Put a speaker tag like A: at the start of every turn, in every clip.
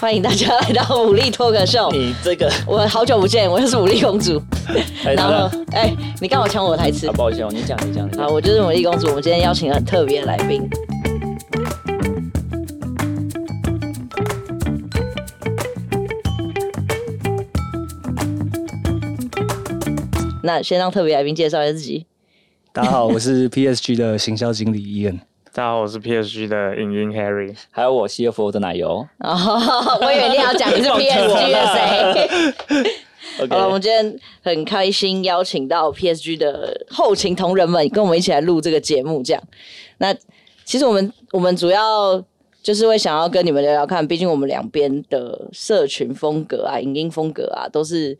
A: 欢迎大家来到武力脱口 秀。
B: 你这个
A: 我好久不见，我又是武力公主。
B: 哎
A: 然
B: 真
A: 后
B: 的，
A: 哎、你干嘛抢我的台词
B: 啊，？抱歉哦，你讲你讲。你讲
A: 好，我就是武力公主。我们今天邀请了很特别的来宾。那先让特别来宾介绍一下自己。
C: 大家好，我是 PSG 的行销经理 Ian。
D: 大家好，我是 PSG 的影音 Harry。
B: 还有我 CFO 的奶油。
A: 哦，我以为你要讲你是 PSG 的谁？好了，我
B: OK，
A: 们今天很开心邀请到 PSG 的后勤同仁们跟我们一起来录这个节目，这样。那其实我们我们主要就是会想要跟你们聊聊看，毕竟我们两边的社群风格啊、影音风格啊，都是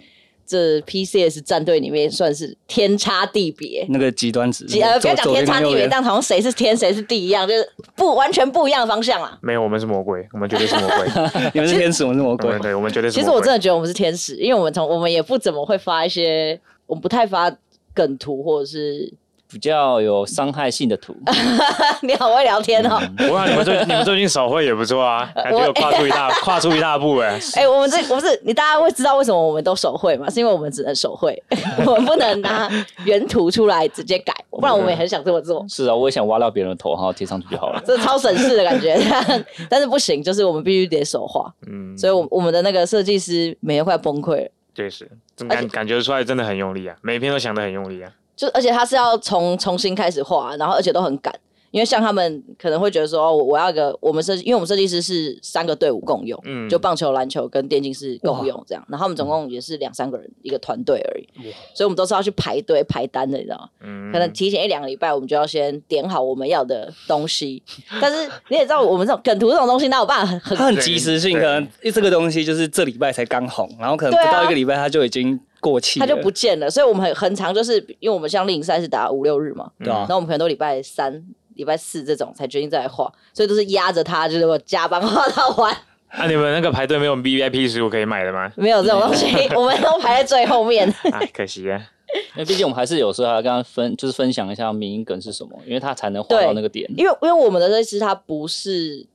A: 这 PCS 战队里面算是天差地别。
C: 那个极端值，
A: 几呃，不要讲
C: 左
A: 天差地别，
C: 左边跟右边
A: 但好像谁是天谁是地一样，就是不完全不一样的方向啊啦。
D: 没有，我们是魔鬼，我们绝对是魔 鬼。
C: 你们是天使，我们是魔
D: 我
C: 鬼
D: 们。对，我们绝对是
A: 其
D: 魔
A: 实
D: 鬼。
A: 我真的觉得我们是天使，因为我们从我们也不怎么会发一些，我们不太发梗图或者是。
B: 比较有伤害性的图，
A: 你好会聊天哦！
D: 不过 你们最你们最近手绘也不错啊，感觉有跨出一大跨出一大步哎。
A: 哎、我们这我们是你大家会知道为什么我们都手绘嘛？是因为我们只能手绘，我们不能拿原图出来直接改，不然我们也很想这么做，
B: 是啊，我也想挖到别人的头，然后贴上去就好 了。
A: 这超省事的感觉。但是不行，就是我们必须得手画，
D: 嗯，
A: 所以我我们的那个设计师每天快崩溃了。
D: 确实，真
A: 而且
D: 感感觉出来真的很用力啊，每一篇都想得很用力啊。
A: 就而且他是要从重新开始画，然后而且都很赶，因为像他们可能会觉得说，哦我我要一个我们设计，因为我们设计师是三个队伍共用，
D: 嗯
A: 就棒球、篮球跟电竞是共用这样，然后他们总共也是两三个人一个团队而已，所以我们都是要去排队排单的，你知道吗？
D: 嗯
A: 可能提前一两个礼拜，我们就要先点好我们要的东西，但是你也知道，我们这种梗图这种东西，那我爸很很
C: 它很及时性，可
D: 对
C: 能这个东西就是这礼拜才刚红，然后可能
A: 对啊
C: 不到一个礼拜它就已经过气
A: 他
C: 了，
A: 就
D: 啊
A: 不见了，所以我们很很长，就是因为我们像另一赛是打五六日嘛，
C: 对吧
A: 然？后我们可能都礼拜三、礼拜四这种才决定再来画，所以都是压着他，就是我加班画到完，
D: 啊，你们那个排队没有 V V I P 食物可以买的吗？
A: 没有这种 东西，我们都排在最后面。
D: 啊，可惜啊。
B: 因为毕竟我们还是有时候还要跟他分，就是分享一下民音梗是什么，因为他才能画到那个点。
A: 因为因为我们的设计师他不是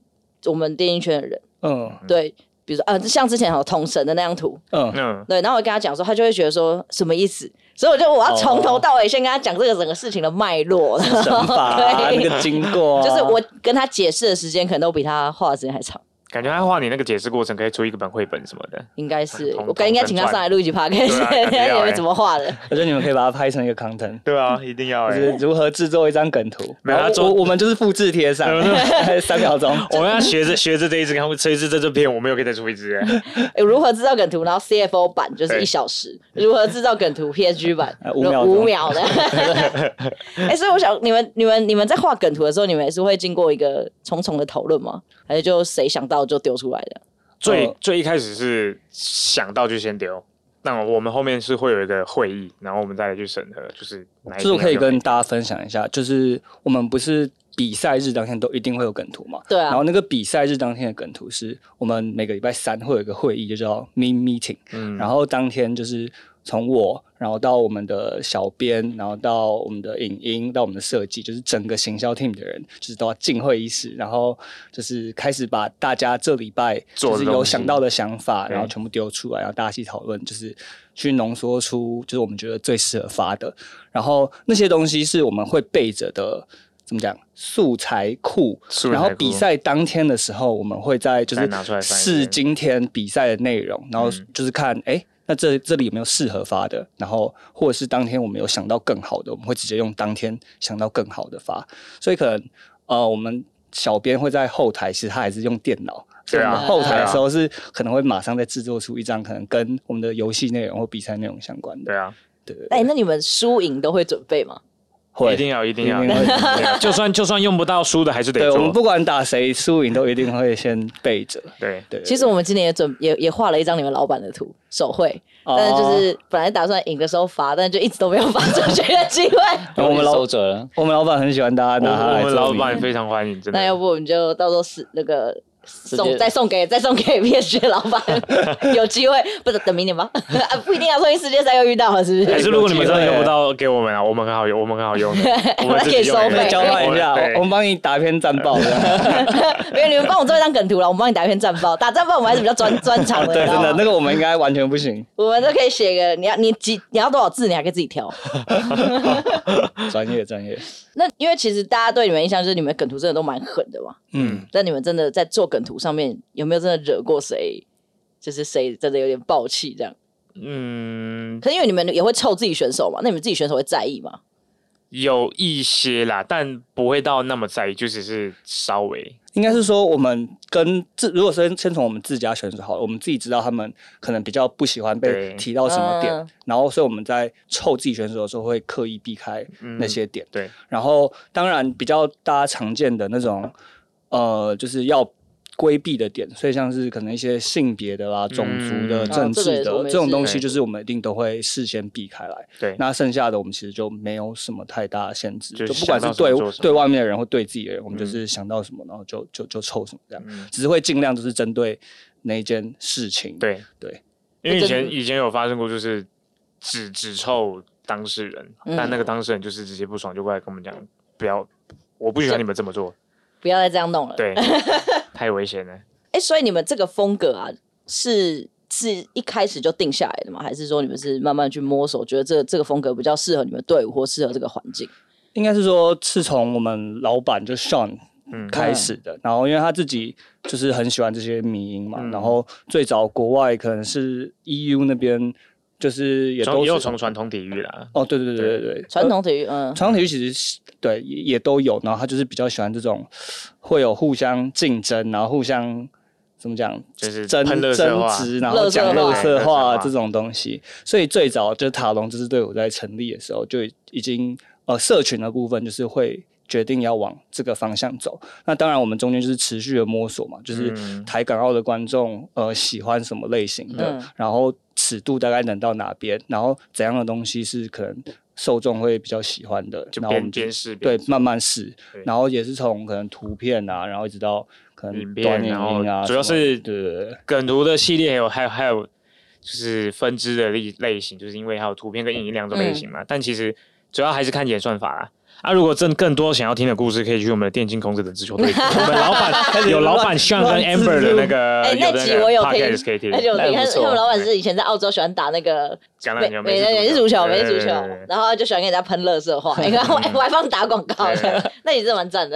A: 我们电影圈的人，
C: 嗯
A: 对，比如说呃，像之前有童神的那张图，
C: 嗯，
D: 嗯，
A: 对，然后我跟他讲说，他就会觉得说什么意思，所以我就我要从头到尾先跟他讲这个整个事情的脉络，然
C: 神
A: 后
C: 法啊那
A: 对，
C: 个经过啊，
A: 就是我跟他解释的时间可能都比他画的时间还长。
D: 感觉他画你那个解释过程可以出一个本绘本什么的。
A: 应该是
D: 同
A: 我刚应该请他上来录一集 podcast，、
D: 对 啊感觉要
A: 你们
D: 欸
A: 怎么画的？
C: 我觉得你们可以把它拍成一个 content。
D: 对啊，一定要
C: 就是如何制作一张梗图，
D: 没
C: 然
D: 有
C: 后
D: 他做
C: 我我们就是复制贴上， 三秒 钟，
D: 我们要学着学着这一只，看这一只这支片，我们又可以再出一只。
A: 欸如何制造梗图？然后 CFO 版就是
D: 对
A: 一小时，如何制造梗图 PSG 版
C: 呃五秒钟
A: 五秒 的。哎、所以我想，你们、你们、你们在画梗图的时候，你们也是会经过一个重重的讨论吗？还是就谁想到就丢出来的？
D: 最
C: 哦
D: 最一开始是想到就先丢，那我们后面是会有一个会议，然后我们再来去审核，就是哪一
C: 就是我
D: 篇
C: 可以
D: 要用
C: 跟大家分享一下，就是我们不是比赛日当天都一定会有梗图嘛？
A: 对啊
C: 然后那个比赛日当天的梗图是我们每个礼拜三会有一个会议，就叫 m e meeting。
D: 嗯
C: 然后当天就是从我，然后到我们的小编，然后到我们的影音，到我们的设计，就是整个行销 team 的人，就是都要进会议室，然后就是开始把大家这礼拜
D: 做
C: 就
D: 的
C: 是
D: 东西
C: 有想到的想法，
D: 对
C: 然后全部丢出来，然后大家一起讨论，就是去浓缩出就是我们觉得最适合发的。然后那些东西是我们会备着的。怎么讲？素材库，
D: 素材库
C: 然后比赛当天的时候，我们会在就
D: 再
C: 是
D: 拿出来翻一
C: 试
D: 遍
C: 今天比赛的内容，然后
D: 嗯
C: 就是看哎、诶那这这里有没有适合发的，然后或者是当天我们有想到更好的，我们会直接用当天想到更好的发，所以可能呃，我们小编会在后台，其实他还是用电脑。所以
D: 对
C: 我
D: 啊
C: 们后台
D: 对
C: 的
D: 啊
C: 时候是可能会马上再制作出一张可能跟我们的游戏内容或比赛内容相关的，
D: 对啊，
A: 哎、那你们输赢都会准备吗？
C: 会
D: 一定要一定要啊
C: 一定会，
D: 就算就算用不到书的，还是得
C: 对我们
D: 做。
C: 不管打谁输赢都一定会先备着。
D: 对，
C: 对，
A: 其实我们今年也准也也画了一张你们老板的图手绘，
C: 哦
A: 但是就是本来打算赢的时候发，但就一直都没有发出去的机会。
C: 哦我们老
B: 收着了，
C: 我们老板很喜欢大家
D: 我
C: 拿他
D: 我
C: 来
D: 们
C: 做
D: 老
C: 迷
D: 板非常欢迎，真
A: 那要
D: 的。
A: 不我们就到时候是那个送再送给再送给 PSG 的老 板，有机会不是等明年吧？啊不一定啊，说明世界赛又遇到了，是不
D: 还
C: 哎
A: 是？
D: 是如果你们真的用不到，给我们啊，我们很好用，我们很好用 的，我们自己
A: 可
D: 用
A: 以收
D: 也
A: 费
D: 是
C: 交换一下，
D: 对
C: 我们帮你打篇战报这样。
A: 没有，你们帮我做一张梗图了，我们帮你打一篇战报，打战报我们还是比较专专长 的，
C: 哦对，
A: 你知
C: 真
A: 道
C: 的
A: 吗
C: 那个我们应该完全不行，
A: 我们都可以写个，你要你几你要多少字，你还可以自己挑。
C: 专业专业。
A: 那因为其实大家对你们印象就是你们梗图真的都蛮狠的嘛，
C: 嗯，
A: 但你们真的在做梗图上面有没有真的惹过谁？就是谁真的有点暴气这样？
D: 嗯，
A: 可是因为你们也会凑自己选手嘛，那你们自己选手会在意吗？
D: 有一些啦，但不会到那么在意，就只是稍微。
C: 应该是说我们跟自，如果先先从我们自家选手好了，我们自己知道他们可能比较不喜欢被
D: 对
C: 提到什么点，
A: 嗯
C: 然后所以我们在凑自己选手的时候会刻意避开
D: 嗯
C: 那些点。
D: 对，
C: 然后当然比较大家常见的那种，呃，就是要。规避的点，所以像是可能一些性别的啦、种族的、
D: 嗯
C: 政
A: 啊这个也是
C: 治的、
A: 我们也
C: 这
A: 是
C: 种东西，
D: 对
C: 就是我们一定都会事先避开来。
D: 对，
C: 那剩下的我们其实就没有什么太大的限制，
D: 就是
C: 就不管是
D: 想到什么
C: 对
D: 做什么
C: 对外面的人或对自己的人，我们
D: 嗯
C: 就是想到什么，然后就就就凑什么这样，
D: 嗯
C: 只是会尽量就是针对那一件事情。，
D: 对
C: 对，
D: 因为以
A: 那真
D: 前以前有发生过，就是只只臭当事人，
A: 嗯
D: 但那个当事人就是直接不爽，就过来跟我们讲，不要，我不喜欢你们这么做，
A: 不要再这样弄了。
D: 对，太危险了。
A: 哎、所以你们这个风格啊，是是一开始就定下来的吗？还是说你们是慢慢去摸索，觉得这这个风格比较适合你们队伍或适合这个环境？
C: 应该是说是从我们老板就 Sean
D: 嗯，
C: 开始的，然后因为他自己就是很喜欢这些迷音嘛，
D: 嗯
C: 然后最早国外可能是 EU 那边就是也
D: 从
C: 都
D: 也有
C: 是
D: 从传统体育啦，
C: 哦，对对对对对对，
A: 传统体育，嗯，
C: 传统体育其实是对也也都有，然后他就是比较喜欢这种会有互相竞争，然后互相怎么讲，
D: 就是
C: 争
D: 喷垃圾
C: 争
D: 话
C: 执，然后讲
A: 垃圾
C: 乐
A: 话
C: 色
D: 垃圾
C: 话
D: 话
C: 这种东西。所以最早就是塔隆这支队伍在成立的时候，就已经呃社群的部分就是会。决定要往这个方向走，那当然我们中间就是持续的摸索嘛，就是
D: 嗯
C: 台港澳的观众呃喜欢什么类型的，
A: 嗯
C: 然后尺度大概能到哪边，然后怎样的东西是可能受众会比较喜欢的，
D: 就
C: 然后我们
D: 边
C: 就
D: 边试边
C: 对慢慢试
D: 对，
C: 然后也是从可能图片啊，然后一直到可能
D: 影
C: 短影
D: 片，然后
C: 音啊什么，
D: 主要是
C: 对对对，
D: 梗图的系列，还有还有还有就是分支的类类型，就是因为还有图片跟影音两种类
A: 嗯
D: 型嘛。但其实主要还是看演算法啦。啊，如果真更多想要听的故事，可以去我们的电竞孔子的直 球队，我们老板有老板像跟 Amber 的那个，
A: 哎、
D: 有
A: 那
D: 的
A: 集我有
D: 那
A: 听，
D: 个 podcast 可以听，
A: 那集我听，
B: 那
A: 他
B: 不
A: 是
B: 错
A: 他们老板是以前在澳洲喜欢打那个
D: 橄榄
A: 美
D: 球、
A: 美
D: 美
A: 美式足球，美式足球，
D: 对
A: 然后就喜欢跟人家喷乐色话，你看我还我还帮你打广告
D: 对对
A: 的，那你是蛮赞的。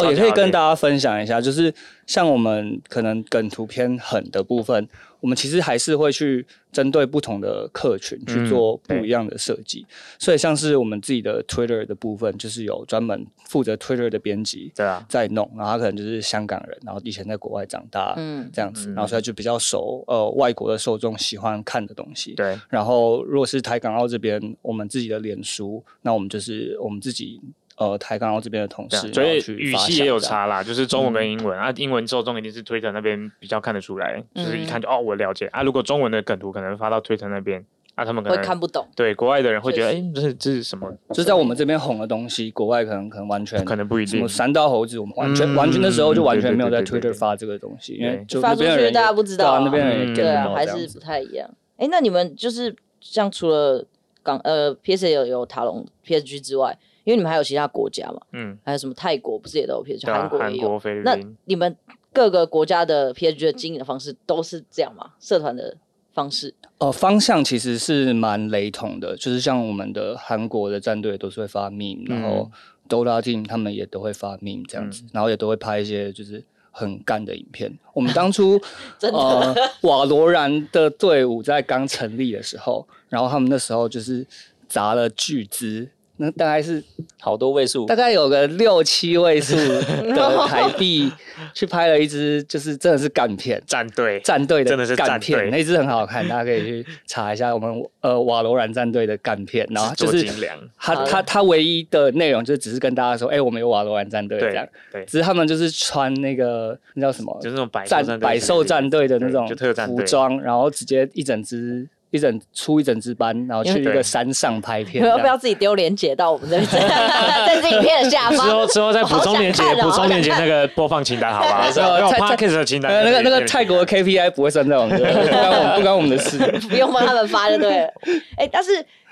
C: 哦，也
D: 超
C: 可以
D: 级
C: 跟
D: 好
C: 大家分享一下，就是像我们可能梗图偏狠的部分，我们其实还是会去针对不同的客群去
D: 嗯
C: 做不
D: 对
C: 一样的设计。所以像是我们自己的 Twitter 的部分，就是有专门负责 Twitter 的编辑
D: 对啊，
C: 在弄，然后他可能就是香港人，然后以前在国外长大，
A: 嗯，
C: 这样子，
D: 嗯
C: 然后所以他就比较熟呃外国的受众喜欢看的东西。
D: 对，
C: 然后如果是台港澳这边，我们自己的脸书，那我们就是我们自己呃台港澳这边的同
D: 对啊
C: 事，
D: 所以
C: 然后去
D: 语
C: 发
D: 系
C: 想
D: 也有
C: 这样。
D: 差啦，就是中文跟英文、啊，英文受众一定是 Twitter 那边比较看得出来，就是一看就哦我了解啊。如果中文的梗图可能发到 Twitter 那边啊，他们可
A: 会
D: 能
A: 看不懂，
D: 对国外的人会觉得，
A: 确
D: 哎、
A: 实
D: 这是这是什么？
C: 就是在我们这边红的东西，国外可能可能完全
D: 可能不一
C: 什
D: 定
C: 么。三道猴子，我们完全、
D: 嗯
C: 完全那时候就完全没有在
D: 对对对
C: Twitter
D: 对对
C: 发这个东西，因为
D: 对
C: 就
A: 发
C: 那
A: 出
C: 边的
A: 去
C: 人
A: 大家不知道
C: 对啊
A: 啊，
C: 那边的人也
D: 嗯
C: get
A: 对
C: 不
A: 啊，
C: 到
A: 还
C: 这样
A: 是
C: 子
A: 不太一样。哎、那你们就是像除了港呃 PS 有有塔隆 PSG 之外，因为你们还有其他国家嘛，
D: 嗯，
A: 还有什么泰国不是也都有 PSG，
D: 对
A: 韩、
D: 啊，
A: 国
D: 韩
A: 也有。
D: 国、菲律
A: 那
D: 宾，
A: 你们各个国家的 PSG 的经营的方式都是这样吗？社团的方式？
C: 呃，方向其实是蛮雷同的，就是像我们的韩国的战队都是会发 meme，、然后 Dota Team 他们也都会发 meme 这样子，然后也都会拍一些就是很干的影片。我们当初
A: 真的
C: 呃瓦罗兰的队伍在刚成立的时候，然后他们那时候就是砸了巨资。那大概是
B: 好多位数
C: 大，概有个六七位数 的台币，去拍了一支，就是真的是干片，
D: 战队，
C: 战队的
D: 真的是
C: 干
D: 战
C: 片，
D: 队
C: 那支很好看，大家可以去查一下我们呃瓦罗兰战队的干片，然后啊就
D: 制
C: 是
D: 作精良
C: 他
A: 好
C: 他他唯一的内容就只是跟大家说，哎、我们有瓦罗兰战队这样
D: 对，对，
C: 只是他们就是穿那个那叫什么
D: 就是那种百兽
C: 哦战
D: 战队
C: 百兽战队的那
D: 对
C: 种
D: 就特战
C: 服
D: 队
C: 装，然后直接一整支一整出一整支班，然后去一个
D: 对
C: 山上拍片
A: 你们
C: 这
A: 要不
C: 样。
A: 要自己丢连结到我们这边， 在这影片的下
D: 之后
A: 方？
D: 之后再补充链接
A: 我好想，看哦
D: 补充链接那个播放清单，好吧？
C: 啊
D: 让我
C: 蔡蔡
D: podcast 的清单。
C: 呃，那个那个泰国的 KPI 不会算在我们这，不关我们不关我们的事。
A: 不用帮他们发就对了。 哎、但是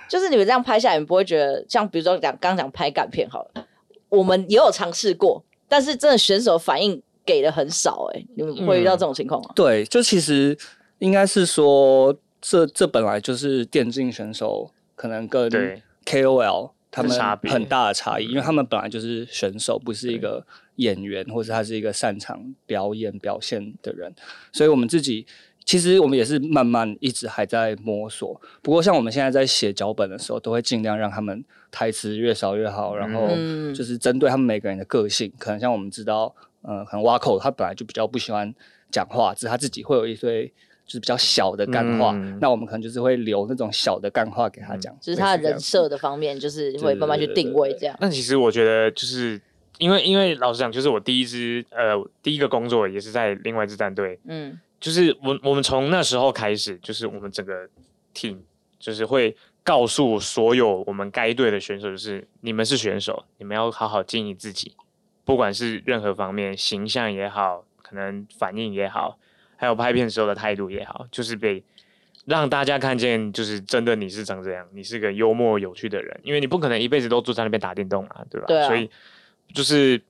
A: 就是你们这样拍下来，你不会觉得像比如说讲刚讲拍港片好了，我们也有尝试过，但是真的选手反应给的很少、哎，你们会遇到这种情况吗？
D: 嗯
C: 对，就其实应该是说，这这本来就是电竞选手可能跟
D: 对
C: KOL 他们
D: 的差别嗯
C: 很大的差异，因为他们本来就是选手，不是一个演员，或者他是一个擅长表演表现的人，所以我们自己。其实我们也是慢慢一直还在摸索，不过像我们现在在写脚本的时候，都会尽量让他们台词越少越好，然后
A: 嗯
C: 就是针对他们每个人的个性，可能像我们知道，呃，可能挖口他本来就比较不喜欢讲话，只是他自己会有一堆就是比较小的干话，
D: 嗯
C: 那我们可能就是会留那种小的干话给他讲，
A: 就是他的
C: 类
A: 人
C: 似
A: 设的方面，就是会慢慢去定位这样。
D: 但其实我觉得，就是因为因为老实讲，就是我第一支呃第一个工作也是在另外一支战队，
A: 嗯，
D: 就是我我们从那时候开始，就是我们整个 team 就是会告诉所有我们该队的选手，就是你们是选手，你们要好好经营自己，不管是任何方面，形象也好，可能反应也好，还有拍片时候的态度也好，就是被让大家看见，就是真的你是长这样，你是个幽默有趣的人，因为你不可能一辈子都坐在那边打电动啊，对吧？
A: 对啊
D: 所以就是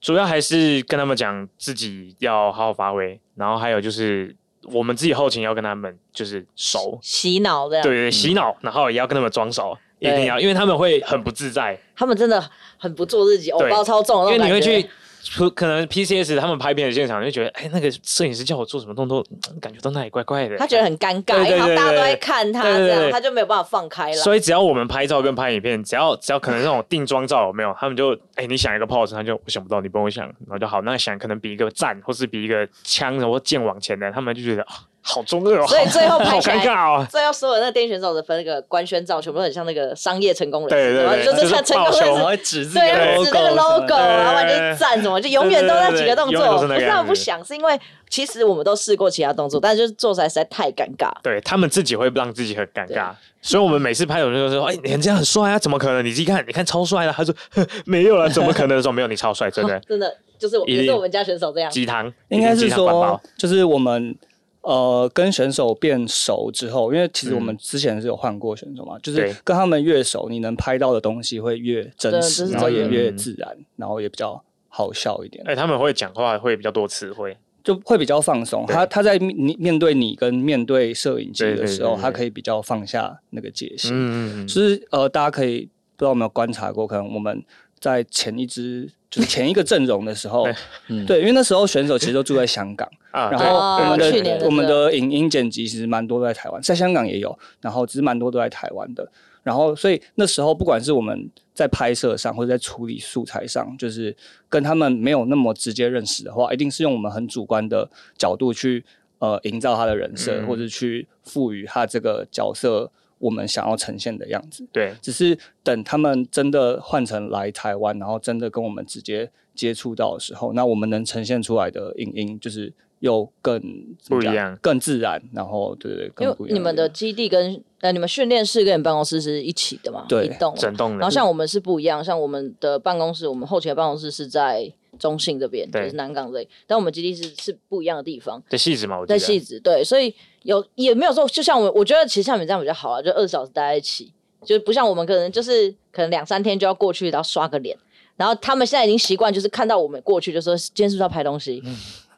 D: 主要还是跟他们讲自己要好好发挥，然后还有就是我们自己后勤要跟他们就是熟，
A: 洗脑这样。
D: 对对，洗脑，然后也要跟他们装熟，一
A: 对
D: 定要，因为他们会很不自在，
A: 他们真的很不做自己，偶包超重的
D: 因
A: 那种
D: 为你会
A: 感觉。
D: 去。出可能 PCS 他们拍片的现场，你就觉得哎，那个摄影师叫我做什么动作，嗯感觉到那里怪怪的。
A: 他觉得很尴尬，
D: 对对
A: 然后
D: 对
A: 大家都
D: 对
A: 在看他
D: 对对
A: 这样，
D: 对
A: 他就没有办法放开了。
D: 所以只要我们拍照跟拍影片，只要只要可能那种定妆照有没有，他们就哎、你想一个 pose，他就我想不到，你帮我想，然后就好，那想可能比一个赞，或是比一个枪或剑往前的，他们就觉得、啊好中二哦，
A: 所以最后
D: 好
A: 拍起
D: 尴
A: 来
D: 尬哦。
A: 最后所有那个电选手的分那个官宣照，全部都很像那个商业成功人士，
D: 对对对
A: 然后就
D: 就是是
A: 他成
D: 爆
A: 功
D: 胸
A: 人
C: 我
A: 士
C: 们会指自己
A: 对，
C: 的
A: 他
C: logo，
A: 指那个 logo，
D: 对对对
A: 然后完就是站什么，就永远都那几个动
D: 对对对对永远都
A: 作。
D: 是
A: 可
D: 那个
A: 是他
D: 样
A: 们
D: 子
A: 不想，是因为其实我们都试过其他动作，但是就是做出来实在太尴尬。
D: 对他们自己会让自己很尴
A: 对。
D: 尬，所以我们每次拍有人就说：“哎、你这样很帅啊，怎么可能？你自己看，你看超帅啊。”他说 呵：“没有了，怎么可能？”说：“没有，你超帅，真的
A: 真的就是我，
D: 一定
A: 也是我们家选手这”样。
D: 鸡汤
C: 应该是
D: 一定鸡汤灌
C: 说
D: 爆，
C: 就是我们呃跟选手变熟之后，因为其实我们之前是有换过选手嘛，就是
D: 对
C: 跟他们越熟，你能拍到的东西会越真
A: 对这是
C: 实，
A: 真的
C: 然后也越自然，然后也比较好笑一点
D: 哎、，他们会讲话会比较多词汇，
C: 就会比较放松。
D: 对
C: 他他在面你面对你跟面对摄影机
D: 对对
C: 的时
D: 对
C: 候，
D: 对对
C: 他可以比较放下那个界限。
D: 嗯嗯嗯，
C: 就是呃，大家可以不知道有没有观察过，可能我们在前一支就是前一个阵容的时候
D: 对，
B: 嗯
C: 对，因为那时候选手其实都住在香港，
D: 啊，
C: 然
D: 对
C: 后我们
A: 哦去年的
C: 的我们
A: 时候
C: 的影音剪辑其实蛮多都在台湾，在香港也有，然后只是蛮多都在台湾的。然后所以那时候不管是我们在拍摄上或者在处理素材上，就是跟他们没有那么直接认识的话，一定是用我们很主观的角度去呃营造他的人设，
D: 嗯
C: 或者去赋予他这个角色我们想要呈现的样子。
D: 对，
C: 只是等他们真的换成来台湾，然后真的跟我们直接接触到的时候，那我们能呈现出来的影音就是又更怎么
D: 不一
C: 讲
D: 样
C: 更自然，然后对对，对
A: 因
C: 更
A: 为
C: 不一样。
A: 你们的基地跟呃，你们训练室跟你们办公室是一起的嘛？
C: 对
A: 一栋嘛。
D: 整栋的。
A: 然后像我们是不一样，像我们的办公室，我们后勤的办公室是在中信这边，就
D: 对
A: 是南港这里，但我们基地是是不一样的地方，
D: 对戏子嘛，我记
A: 在
D: 得
A: 戏子对，所以有也没有说，就像我，我觉得其实像你们这样比较好啊，就二十小时待在一起，就不像我们可能就是可能两三天就要过去，然后刷个脸，然后他们现在已经习惯，就是看到我们过去就说今天是不是要拍东西，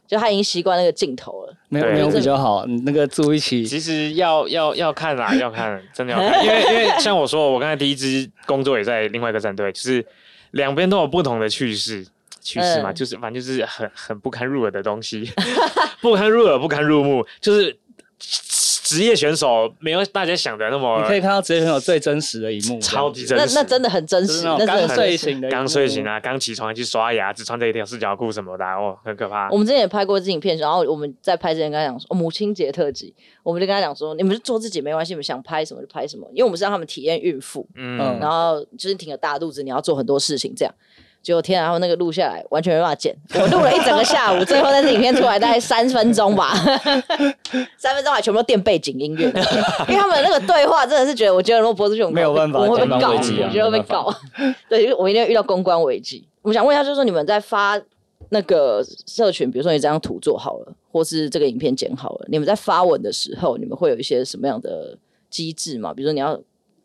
A: 就他已经习惯那个镜头了，
C: 没有
D: 对
C: 没有
A: 这
C: 比较好，你那个住一起
D: 其实要要要 看啦，要看，真的要看，因为因为像我说，我刚才第一支工作也在另外一个战队，就是两边都有不同的趣事，趣事嘛，
A: 嗯
D: 就是反正就是很很不堪入耳的东西， 不堪入耳，不堪入目，就是职业选手没有大家想的那么
C: 你可以看到职业选手最真实的一幕，
D: 超级
C: 这样
D: 真
A: 那
D: 实，
A: 那真的很真
C: 子就是
A: 实，
C: 那
A: 那
C: 种
A: 真的
C: 刚
A: 很
C: 睡
A: 真实。
C: 醒的一幕
D: 刚睡醒。啊，刚起床去刷牙，只穿着一条四角裤什么的啊、哦，很可怕
A: 我。们之前也拍过这影片，然后我们在拍之前跟他讲说、哦母亲节特辑，我们就跟他讲说，你们就做自己没关系，你们想拍什么就拍什么，因为我们是让他们体验孕妇，
D: 嗯
C: 嗯
A: 然后就是挺有大肚子，你要做很多事情这样。结果天啊，然后那个录下来完全没办法剪，我录了一整个下午，最后那支影片出来大概三分钟吧， 三分钟还全部都垫背景音乐，因为他们那个对话真的是觉得，我觉得如果播出去，我们
C: 没有办法
A: 我们会被
B: 公
A: 告，
B: 关
A: 我
B: 危机啊
A: 觉得会被告。对，因为我一定会遇到公关危机。我想问一下，就是说你们在发那个社群，比如说你这张图做好了，或是这个影片剪好了，你们在发文的时候，你们会有一些什么样的机制吗？比如说你要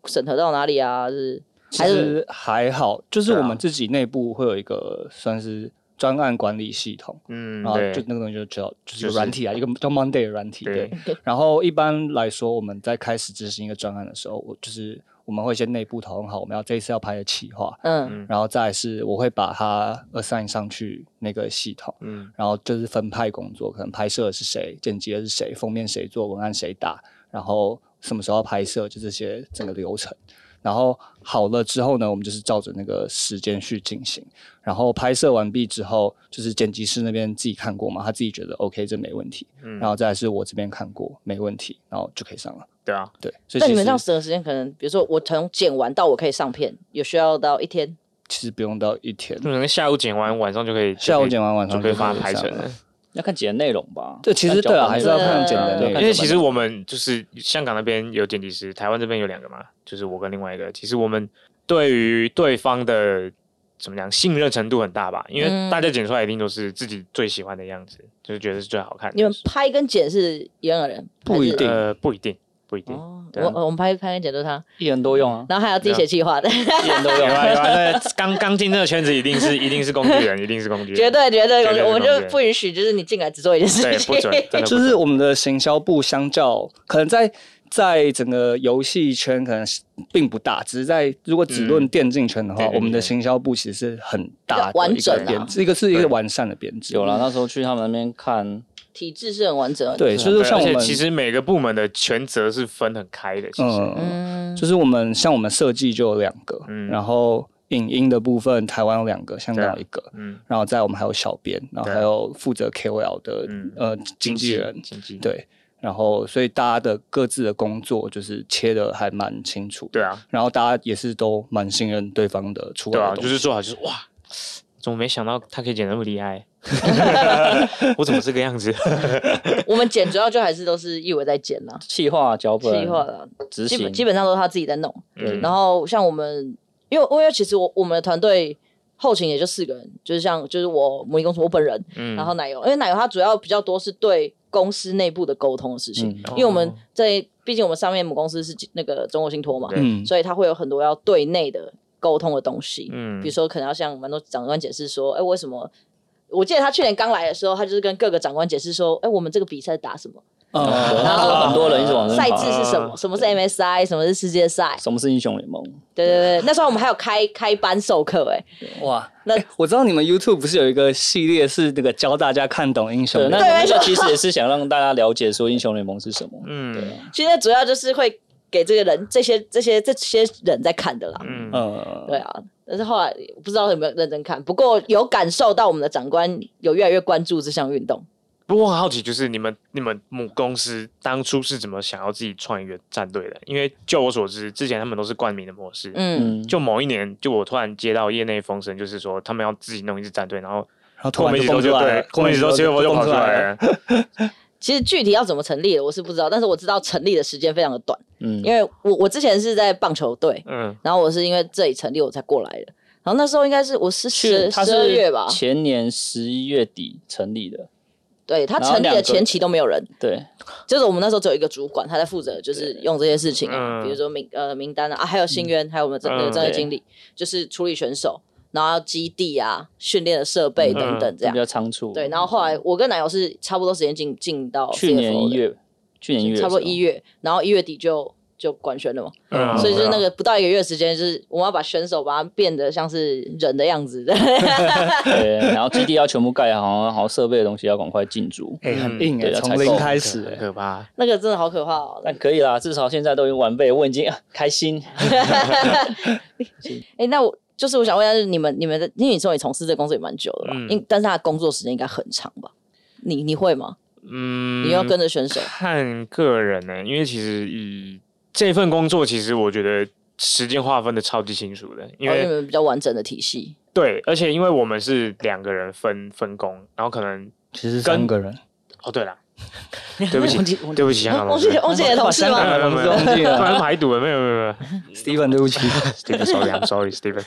A: 审核到哪里啊？是
C: 其
A: 还是
C: 实还好，就是我
D: 对啊
C: 们自己内部会有一个算是专案管理系统，
D: 嗯，
C: 然后
D: 对
C: 啊哦就，那个东西就叫就是
D: 就
C: 有
D: 是
C: 软体啊，一个叫 Monday 的软体。
D: 对
C: 对，然后一般来说，我们在开始执行一个专案的时候，我就是我们会先内部讨论好我们要这一次要拍的企划，
A: 嗯
C: 然后再来是我会把它 assign 上去那个系统，
D: 嗯
C: 然后就是分派工作，可能拍摄的是谁，剪辑的是谁，封面谁做，文案谁打，然后什么时候要拍摄，就这些整个流程。然后好了之后呢，我们就是照着那个时间去进行。然后拍摄完毕之后，就是剪辑师那边自己看过嘛，他自己觉得 OK，这没问题。
D: 嗯，
C: 然后再来是我这边看过，没问题，然后就可以上了。
D: 对啊，
C: 对，所以
A: 那你
C: 其
A: 们这样
C: 实
A: 审核时间可能，比如说我从剪完到我可以上片，有需要到一天？
C: 其实不用到一天
D: 就，可能下午剪完，晚上就可以
C: 下午剪完晚
D: 嗯就
C: 上
D: 可以
C: 就
D: 发
C: 可以
D: 拍
C: 上
D: 成
C: 了
D: 了。
B: 要看剪的内容吧。
C: 对，其实
B: 看脚
C: 对啊，
B: 本
C: 还是
B: 内
C: 要
B: 容
C: 看剪的
A: 对
C: 内容，
D: 因为其实我们就是香港那边有剪辑师，台湾这边有两个嘛，就是我跟另外一个。其实我们对于对方的怎么讲信任程度很大吧，因
A: 嗯
D: 为大家剪出来一定都是自己最喜欢的样子，就是觉得是最好看的。
A: 你们拍跟剪是一样的人？
C: 不一定
D: 呃不一定不一定，
A: 哦，
D: 对
A: 我
D: 啊
A: 我们拍拍跟剪都是他，
B: 一人都用啊，
A: 然后还要自己写计划的，
B: 一人都
D: 有
B: 用啊。
D: 啊有啊，那刚刚进这个圈子一定是一定是工具人，一定是工具人，
A: 绝对绝对，
D: 绝对
A: 我们
D: 绝对
A: 就不允许，就是你进来只做一件事
D: 对
A: 情
D: 不。准，真的不
C: 就
D: 准
C: 是我们的行销部相较可能在在整个游戏圈可能是并不大，只是在如果只论
D: 嗯
C: 电竞圈的话，
D: 对对
C: 我们的
D: 对
C: 行销部其实是很大的
A: 完
C: 一
A: 整
C: 个
A: 啊
C: 编制，一个是一个
D: 对
C: 完善的编制。
B: 有了，那时候去他们那边看，
A: 体制是很完整的。
C: 对，就
D: 对
C: 是像
D: 而
C: 我
D: 且
C: 们
D: 其实每个部门的权责是分很开的，其实、
C: 嗯，
A: 嗯，
C: 就是我们像我们设计就有两个，
D: 嗯
C: 然后影音的部分台湾有两个，香港有一个。
D: 嗯
C: 然后在我们还有小编，然后
D: 对啊
C: 还有负责 KOL 的、
D: 嗯
C: 呃经纪人，
D: 经纪
C: 对，然后所以大家的各自的工作就是切的还蛮清楚的
D: 对啊
C: 然后大家也是都蛮信任对方的出
D: 对
C: 来
D: 啊，
C: 的东
D: 就
C: 西，嗯
D: 是做好就是哇，怎么没想到他可以剪得那么厉 害？我怎么这个样子？
A: 我们剪主要就还是都是一伟在剪啦，
B: 企划、脚
A: 计
B: 本、
A: 划啦，
B: 执
A: 基
B: 行
A: 本，基本上都是他自己在弄。
D: 嗯
A: 然后像我们，因为因为其实我我们的团队后勤也就四个人，就是像就是我母婴公司我本人，
D: 嗯
A: 然后奶油，因为奶油它主要比较多是对公司内部的沟通的事情，
B: 嗯
A: 因为我们
D: 哦
A: 在毕竟我们上面母公司是那个中国信托嘛，
D: 对
C: 嗯，
A: 所以它会有很多要对内的沟通的东西。
D: 嗯
A: 比如说可能要向蛮多长官解释说，哎、为什么？我记得他去年刚来的时候，他就是跟各个长官解释说，哎、我们这个比赛打什么，
B: 对
C: 呃
B: 那时候哦很多人一直
D: 哦
B: 往这
A: 赛
B: 边
A: 制
B: 跑。
A: 是什么，什么是 MSI，什么是世界赛，
B: 什么是英雄联盟？
A: 对对对。那时候我们还有开开班授课、哎，
C: 哇，
A: 那
C: 我知道你们 YouTube 不是有一个系列是那个教大家看懂英雄
B: 对，那
C: 的，
A: 对没
B: 那
A: 错
B: 其实也是想让大家了解说英雄联盟是什么。
D: 嗯
A: 其实主要就是会给这个人这些这些这些人在看的啦，
D: 嗯
C: 呃，
A: 对啊。但是后来不知道有没有认真看，不过有感受到我们的长官有越来越关注这项运动。
D: 不过我很好奇，就是你们你们母公司当初是怎么想要自己创一个战队的？因为就我所知，之前他们都是冠名的模式。
A: 嗯，
B: 嗯，
D: 就某一年，就我突然接到业内风声，就是说他们要自己弄一支战队，然后
C: 然后突
D: 过
C: 然
D: 没
C: 就
D: 几周
C: 蹦
D: 就
C: 出来
D: 对
C: 了，，
D: 过没几周结果就
C: 蹦
D: 跑
C: 出
D: 出来
C: 来了，
D: 了。
A: 其实具体要怎么成立的我是不知道，但是我知道成立的时间非常的短，
B: 嗯
A: 因为我我之前是在棒球队，
D: 嗯
A: 然后我是因为这里成立我才过来的，然后那时候应该是我是
B: 去
A: 十
B: 他
A: 十二
B: 是
A: 月吧，
B: 前年十一月底成立的。
A: 对他
B: 然后
A: 成立的
B: 两个
A: 前期都没有人，
B: 对，
A: 就是我们那时候只有一个主管，他在负责就是用这些事情啊，
D: 嗯
A: 比如说名呃名单啊，啊还有新渊，还有我们的那个
D: 嗯
A: 专业
B: 对
A: 经理，就是处理选手，然后基地啊、训练的设备
B: 嗯
A: 等等这
B: 比
A: 样。
B: 较仓促。
A: 对，然后后来我跟男友是差不多时间进进到
B: 去年
A: CFO
B: 一
A: 的，
B: 月，去年一月的时
A: 差
B: 候，
A: 不多一月，然后一月底就就官宣了嘛，
D: 嗯，
A: 所以就是那
D: 对啊
A: 个不到一个月的时间，就是我们要把选手把它变得像是人的样子的。
B: 对，然后基地要全部盖好，然后设备的东西要赶快进驻。
C: 哎，很硬哎，
B: 对啊
C: 从
B: 采购
C: 零开始
D: 很
C: 哎，
D: 可怕。
A: 那个真的好可怕哦！
B: 但可以啦，至少现在都已经完备，我已经、啊开心。
A: 哎、那我就是我想问一下，就是你们你们的，因为你说你从事这个工作也蛮久了吧？
D: 嗯
A: 因、但是他的工作时间应该很长吧？你你会吗？
D: 嗯，
A: 你要跟着选手？
D: 看个人呢、因为其实以这份工作，其实我觉得时间划分的超级清楚的，因
A: 哦，你
D: 为
A: 们比较完整的体 系，
D: 对，而且因为我们是两个人分分工，然后可能
C: 其实
D: 跟
C: 三个人，
D: 哦，对了，对不起，对不起，香港
A: 忘
D: 老
A: 记
D: 师，
A: 忘记你的同事
D: 没
A: 吗？
D: 有没有没有，
C: 忘记了
D: 突然排毒了，没有没有没有
C: Steven，对不起，
D: ，Steven，sorry，I'm sorry，Steven，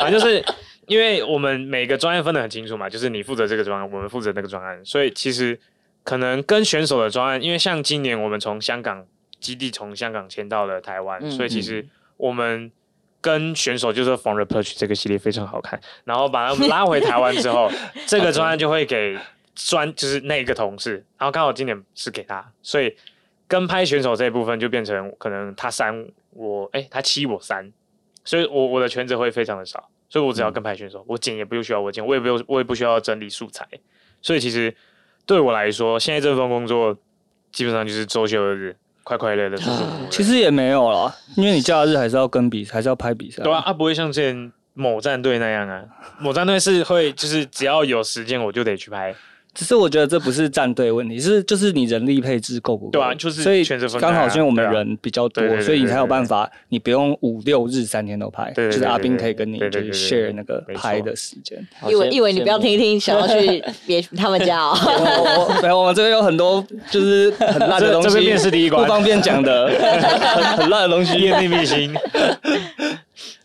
D: 反正就是因为我们每个专案分得很清楚嘛，就是你负责这个专案，我们负责那个专案，所以其实可能跟选手的专案，因为像今年我们从香港基地从香港迁到了台湾，
A: 嗯
D: 所以其实我们。跟选手就是 From the Perch 这个系列非常好看，然后把他们拉回台湾之 后，这个专案就会给专就是那一个同事，然后刚好今年是给他，所以跟拍选手这一部分就变成可能他三我哎、他七我三，所以我我的全责会非常的少，所以我只要跟拍选手，我剪也不用需要我剪，我也不用我也不需要整理素材，所以其实对我来说，现在这份工作基本上就是周休二日，快快乐乐，舒舒服
A: 啊
D: 服的
C: 其实也没有啦，因为你假日还是要跟比，还是要拍比赛。
D: 对啊，啊不会像之前某战队那样啊，某战队是会就是只要有时间我就得去拍，
C: 只是我觉得这不是战队问题，是就是你人力配置够不够？
D: 对啊就是
C: 所以
D: 全责分开啊
C: 刚好是因为我们
D: 对啊
C: 人比较多
D: 对对，对
C: 所以你才有
D: 对对
C: 办法，你不用五六日三天都拍，
D: 对对对
C: 就是阿斌可以跟你
D: 对
C: 就
D: 对对
C: 是
D: 对对
C: share 那个
D: 没错
C: 拍的时间。
B: 好嗯
A: 以为
B: 羡
A: 以为你不要
B: 羡慕
A: 听一 听，想要去别他们家哦。
C: 我我没有，我们这边有很多就是很烂的
D: 这
C: 东西，
D: 这边面试第一关
C: 不方便讲 的，很很烂
A: 啊
C: 的东西。
D: 业内秘辛。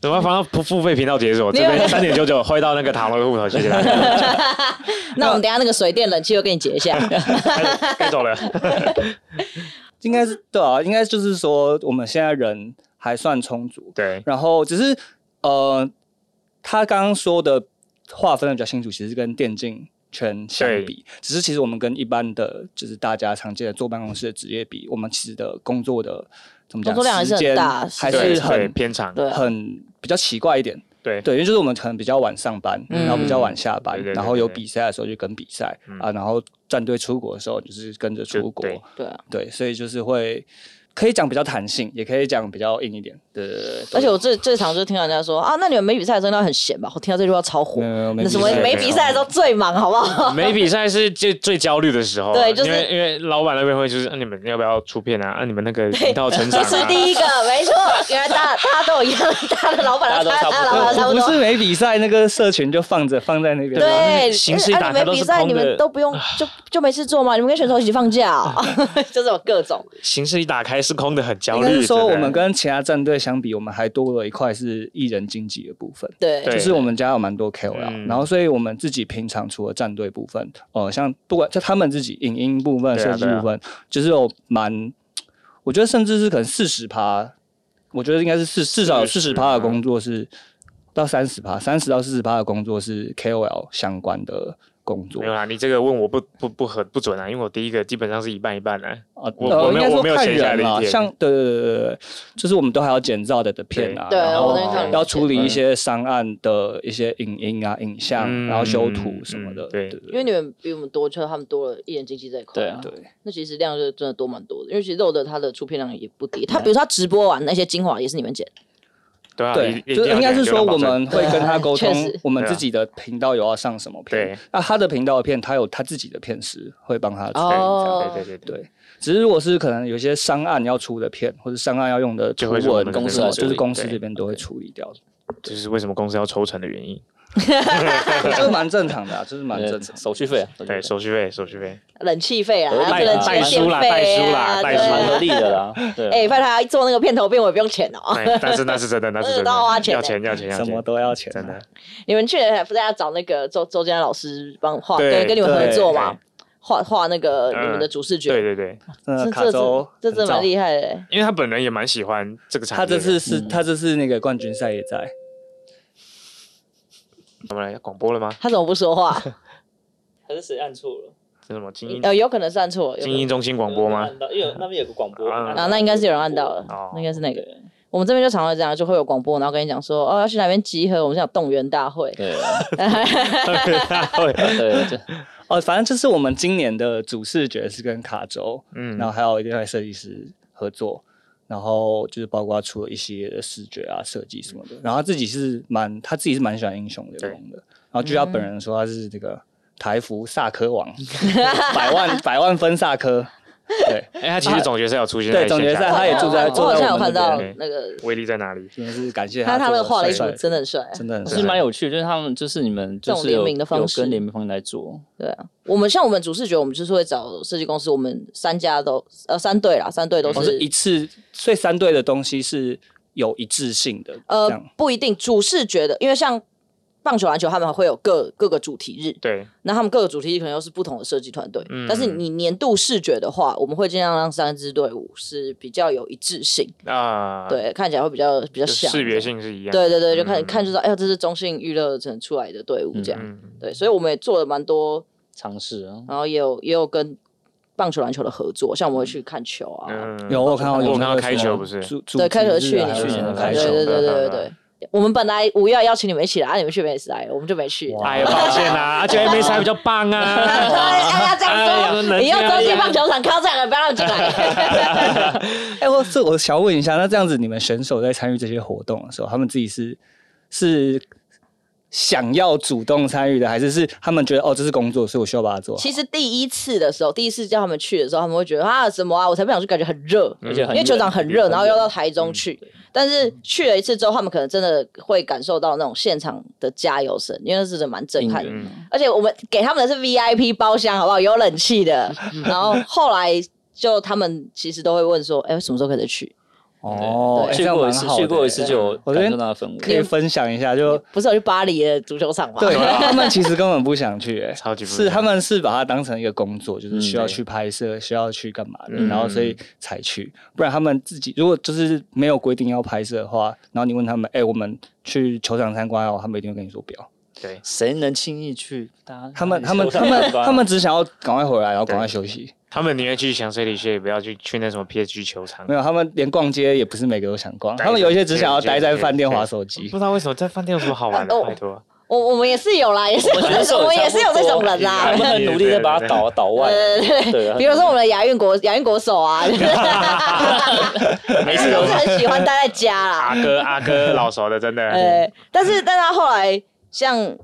D: 怎么放到付付费频道解锁？这
A: 没有
D: 边三点九九汇到那个塔罗的户头，谢谢大家。
A: 那我们等一下那个水电冷气又给你截一 下。啊
D: 该该走了。
C: 应该是对啊，应该就是说我们现在人还算充足，
D: 对，
C: 然后只是呃，他刚刚说的划分的比较清楚，其实跟电竞圈相比，只是其实我们跟一般的就是大家常见的坐办公室的职业比，我们其实的工作的怎么讲，
A: 工作量还是很
C: 时间
A: 大
C: 还
D: 对
C: 是
D: 对
C: 很
D: 偏长。
A: 对啊
C: 很比较奇怪一点。
D: 对
C: 对，因为就是我们可能比较晚上班，
A: 嗯
C: 然后比较晚下班
D: 对对，对
C: 然后有
D: 对
C: 比赛的时候就跟比赛
D: 嗯
C: 啊，然后战队出国的时候就是跟着
D: 就
C: 出国，
D: 对
A: 对啊，
C: 对，所以就是会可以讲比较弹性，也可以讲比较硬一点。对对对。
A: 而且我最最常就听到人家说啊，那你们没比赛的时候应该很闲吧？我听到这句话超火
C: 没。有没有没
A: 那什么
D: 比赛
A: 没
D: 没
A: 比赛的时候最忙，好不 好？
D: 没比赛是最最焦虑的时候，
A: 对就是
D: 因为因为老板那边会就是，啊、你们要不要出片啊？啊，你们那个频道成长
A: 你是
D: 啊，
A: 第一个，没错，原来大家大家都一样，大家的老板
B: 大家都差不多
A: 老啊板差不
C: 不
A: 多。
C: 是没比赛，那个社群就放着放在那边。
A: 对，
D: 形式一
A: 啊
D: 打
A: 你
D: 开
A: 们
D: 都
A: 比
D: 是
A: 赛，
D: 空
A: 你们
D: 的
A: 都不 用就就没事做吗？你们跟选手一起放假哦、 就这种各种。
D: 形式一打开是空的，很焦
C: 应
D: 虑。
C: 该是说
D: 真的
C: 我们跟其他战队相比，我们还多了一块是艺人经济的部分。
A: 对，
D: 对
C: 就是我们家有蛮多 KOL，、
D: 嗯
C: 然后所以我们自己平常除了战队部分，呃，像不管在他们自己影音部分、
D: 对啊
C: 设计
D: 对啊
C: 部分，就是有蛮，我觉得甚至是可能四十趴，我觉得应该是四至少有四十
D: 40%
C: 趴的工作是到三十趴，三十到四十趴的工作是 KOL 相关的工作
D: 没有啦，你这个问我不不不合不准啊，因为我第一个基本上是一半一半啊。
C: 啊，
D: 我
C: 呃
D: 我
C: 应
D: 没有
C: 该
D: 我
C: 说
D: 没有
C: 看
D: 闲下来的
C: 人
D: 一
C: 啦，
D: 天
C: 像对对对对对，就是我们都还要剪照的的片啊，
A: 对
C: 然
A: 我
C: 后
A: 那天有
C: 要处理
A: 剪
C: 一些商案的一些影音啊、影像，
D: 嗯
C: 然后修图什么的
D: 嗯，对
A: 因为你们比我们多，就是他们多了艺人经济这一块。
B: 对啊
C: 对。
A: 那其实量就真的多蛮多的，因为其实肉的它的出片量也不低。他比如说他直播完那些精华也是你们剪，
D: 对啊，
C: 对
D: 一，一
C: 就
D: 定
C: 是
D: 要
C: 应该
D: 讲
C: 是
D: 流
C: 说
D: 量保
C: 我
D: 证啊
C: 们会跟他沟
A: 对确
C: 通
A: 实，
C: 我们自己的频道有要上什么
D: 对
C: 片，那他的频道的片，他有他自己的片师会帮他
A: 哦
C: 出。
A: 哦
D: 对对对对对，
C: 对，只是如果是可能有些商案要出的片，或者商案要用的
D: 就
C: 图
D: 会是我
C: 文什
D: 们
B: 这
C: 么
B: 边
C: 就是公司
D: 对
C: 这边都会处理掉，
D: 这是为什么公司要抽成的原因。
C: 这蛮正常的啊，这是蛮
B: 呃
C: 正常的。
B: 手续费啊，手续
D: 对，
B: 费
D: 手续费，手续费。
A: 冷气费啊，
B: 对
A: 然后
B: 代
A: 冷气
B: 代
A: 电
D: 呃书啦
A: 费啊，
D: 代
A: 对
D: 书啦代书
B: 蛮合
A: 啊。
B: 理的啦，对啊。
A: 哎，拜托他做那个片头片，我也不用钱哦。
D: 哎，但是那是真的，那是真的，
A: 都要花钱
D: 要
A: 的
D: 钱要钱要
C: 什么
D: 钱，
C: 都要钱啊，
D: 真的。
A: 你们去年还不是要找那个周周江老师帮画，
D: 对
A: 跟跟你们合
C: 对
A: 作嘛，画画那个你们的
D: 嗯
A: 主视觉。
D: 对对对，
C: 真的
A: 这
C: 卡
A: 这
C: 州
A: 这这真的蛮
C: 害。
A: 厉害的欸。
D: 因为他本人也蛮喜欢这个产
C: 他
D: 业的。
C: 这次是
B: 嗯
C: 他这次那个冠军赛也在，
D: 怎么了？广播了吗？
A: 他怎么不说话？
B: 还是谁按错了？
D: 这是什么精英
A: 呃，有可能是按错，有可
D: 精英
A: 能。
D: 中心广播吗？
B: 到，因为那边有个广播
D: 啊
A: 啊，那应该是有人按到了，
D: 哦
A: 那应该是那个。我们这边就常常这样，就会有广播，然后跟你讲说，哦，要去哪边集合，我们想动员大会。
B: 对
D: 对，
B: 对，这
C: 哦，反正这是我们今年的主视觉是跟卡州，
D: 嗯
C: 然后还有另外设计师合作，然后就是包括出了一些视觉啊、设计什么的。然后他自己是蛮他自己是蛮喜欢英雄联盟的，然后据他本
A: 嗯
C: 人说他是这个台服萨科王，百万百万分萨科。对，
D: 哎，他
A: 啊
D: 其实总决赛有出现在
C: 对，总决
D: 线
C: 赛
D: 下
C: 他也住在
A: 我
C: 坐
A: 好
C: 在
A: 像有
C: 我
A: 看
C: 们
A: 到
C: 这
D: 边
A: 那个，
D: 威力在哪里？
C: 边，真的是感谢
A: 他他那个
C: 做
A: 画了一幅
C: 帅
A: 真的很帅啊。
C: 真的很
B: 其
C: 帅
B: 实蛮有趣的，就是他们就是你们
A: 这
B: 就
A: 种
B: 是
A: 联
B: 有
A: 名的方
B: 有
A: 式
B: 跟联名方来做，
A: 对啊，我们像我们主视觉，我们就是会找设计公司，我们三家都呃三队啦，三队都
C: 我
A: 是
C: 哦是一次，所以三队的东西是有一致性的，
A: 呃
C: 这样
A: 不一定主视觉的，因为像棒球、篮球他们会有各各个主题日，
D: 对，
A: 那他们各个主题可能又是不同的设计团队，
D: 嗯
A: 但是你年度视觉的话，我们会尽量让三支队伍是比较有一致性，
D: 那
A: 对，看起来会比较比较
D: 啊就
A: 像
D: 视觉，性是一样。
A: 对对对，就看、
D: 嗯
A: 看就知道，哎呀，这是中信娱乐城出来的队伍这样，
D: 嗯，
A: 对，所以我们也做了蛮多，
B: 尝试啊。
A: 然后也有也有跟棒球、篮球的合作，像我们会去看球啊，
D: 嗯
C: 有我有看到，
D: 我有
C: 有
D: 看到
C: 那个
D: 开
C: 什
D: 球
C: 么
D: 不是
C: 主主
A: 对，开球
C: 题
A: 去
C: 日啊
A: 年
C: 还有
B: 去
C: 什
B: 年
C: 么
B: 的
C: 开
B: 开
C: 球，啊
A: 对
B: 球
A: 对对对对
D: 对
A: 对。我们本来五月要邀请你们一起来，啊，你们去没起来，我们就没去。
C: 哇
D: 哎呀，抱歉 啦，而且 M S 还比较棒
A: 哎
D: 啊。
A: 哎呀，这样说，你要洲际棒球场靠这样，不要让进来。
C: 哎，我这我想问一下，那这样子你们选手在参与这些活动的时候，他们自己是是想要主动参与的，还是是他们觉得哦这是工作，所以我需要把它做好？
A: 其实第一次的时候，第一次叫他们去的时候，他们会觉得啊什么啊，我才不想去，感觉很热，
B: 而且很
A: 因为球场很热，然后
B: 又
A: 要到台中去。但是去了一次之后，他们可能真的会感受到那种现场的加油声，因为那是真的蛮震撼的。
D: 嗯
A: 而且我们给他们的是 VIP 包厢，好不好？有冷气的。然后后来就他们其实都会问说，哎、什么时候可以去？
C: 哦，哎
B: 去
C: 这样
B: 过一
C: 蛮
B: 次，
C: 好的
B: 去过一次就有
C: 我
B: 感
C: 觉
B: 受
C: 得
B: 到氛
C: 可以
B: 围。
C: 分享一下，就
A: 不是有去巴黎的足球场吗？
C: 对他们其实根本不想去，哎，
D: 啊 超级不一
C: 是
D: 样
C: 他们是把它当成一个工作，就是
B: 嗯
C: 需要
B: 对
C: 去拍摄，需要去干嘛的，
D: 嗯
C: 然后所以才去。不然他们自己如果就是没有规定要拍摄的话，然后你问他们，哎、我们去球场参观哦，他们一定会跟你说不要。
D: 对，
B: 谁能轻易去？大家
C: 他
D: 啊
C: 们他们他们他们只想要赶快回来，然后赶快
D: 对
C: 休息。
D: 他们宁愿去想水里穴，也不要去去那什么 P S G 球场
C: 没。有，他们连逛街也不是每个都想逛，
D: 对
C: 他们有一些只想要
D: 对
C: 待
D: 对
C: 在饭店
D: 对
C: 划手机
D: 不。知道为什么在饭店有什么好玩的，
A: 哦
D: 拜托。
A: 我我们也是有啦，也是
B: 我们选手
A: 我们也是有这种人
B: 他
A: 啦。
B: 们很努力的把它导导外，
A: 对
B: 对啊
A: 比如说我们的亚运国亚运国手 啊，
B: 没
A: 他们
B: 事
A: 都是很喜欢待在家啦。
D: 阿哥阿 哥老熟的，真
B: 啊
D: 的。
A: 呃，但是但他后来像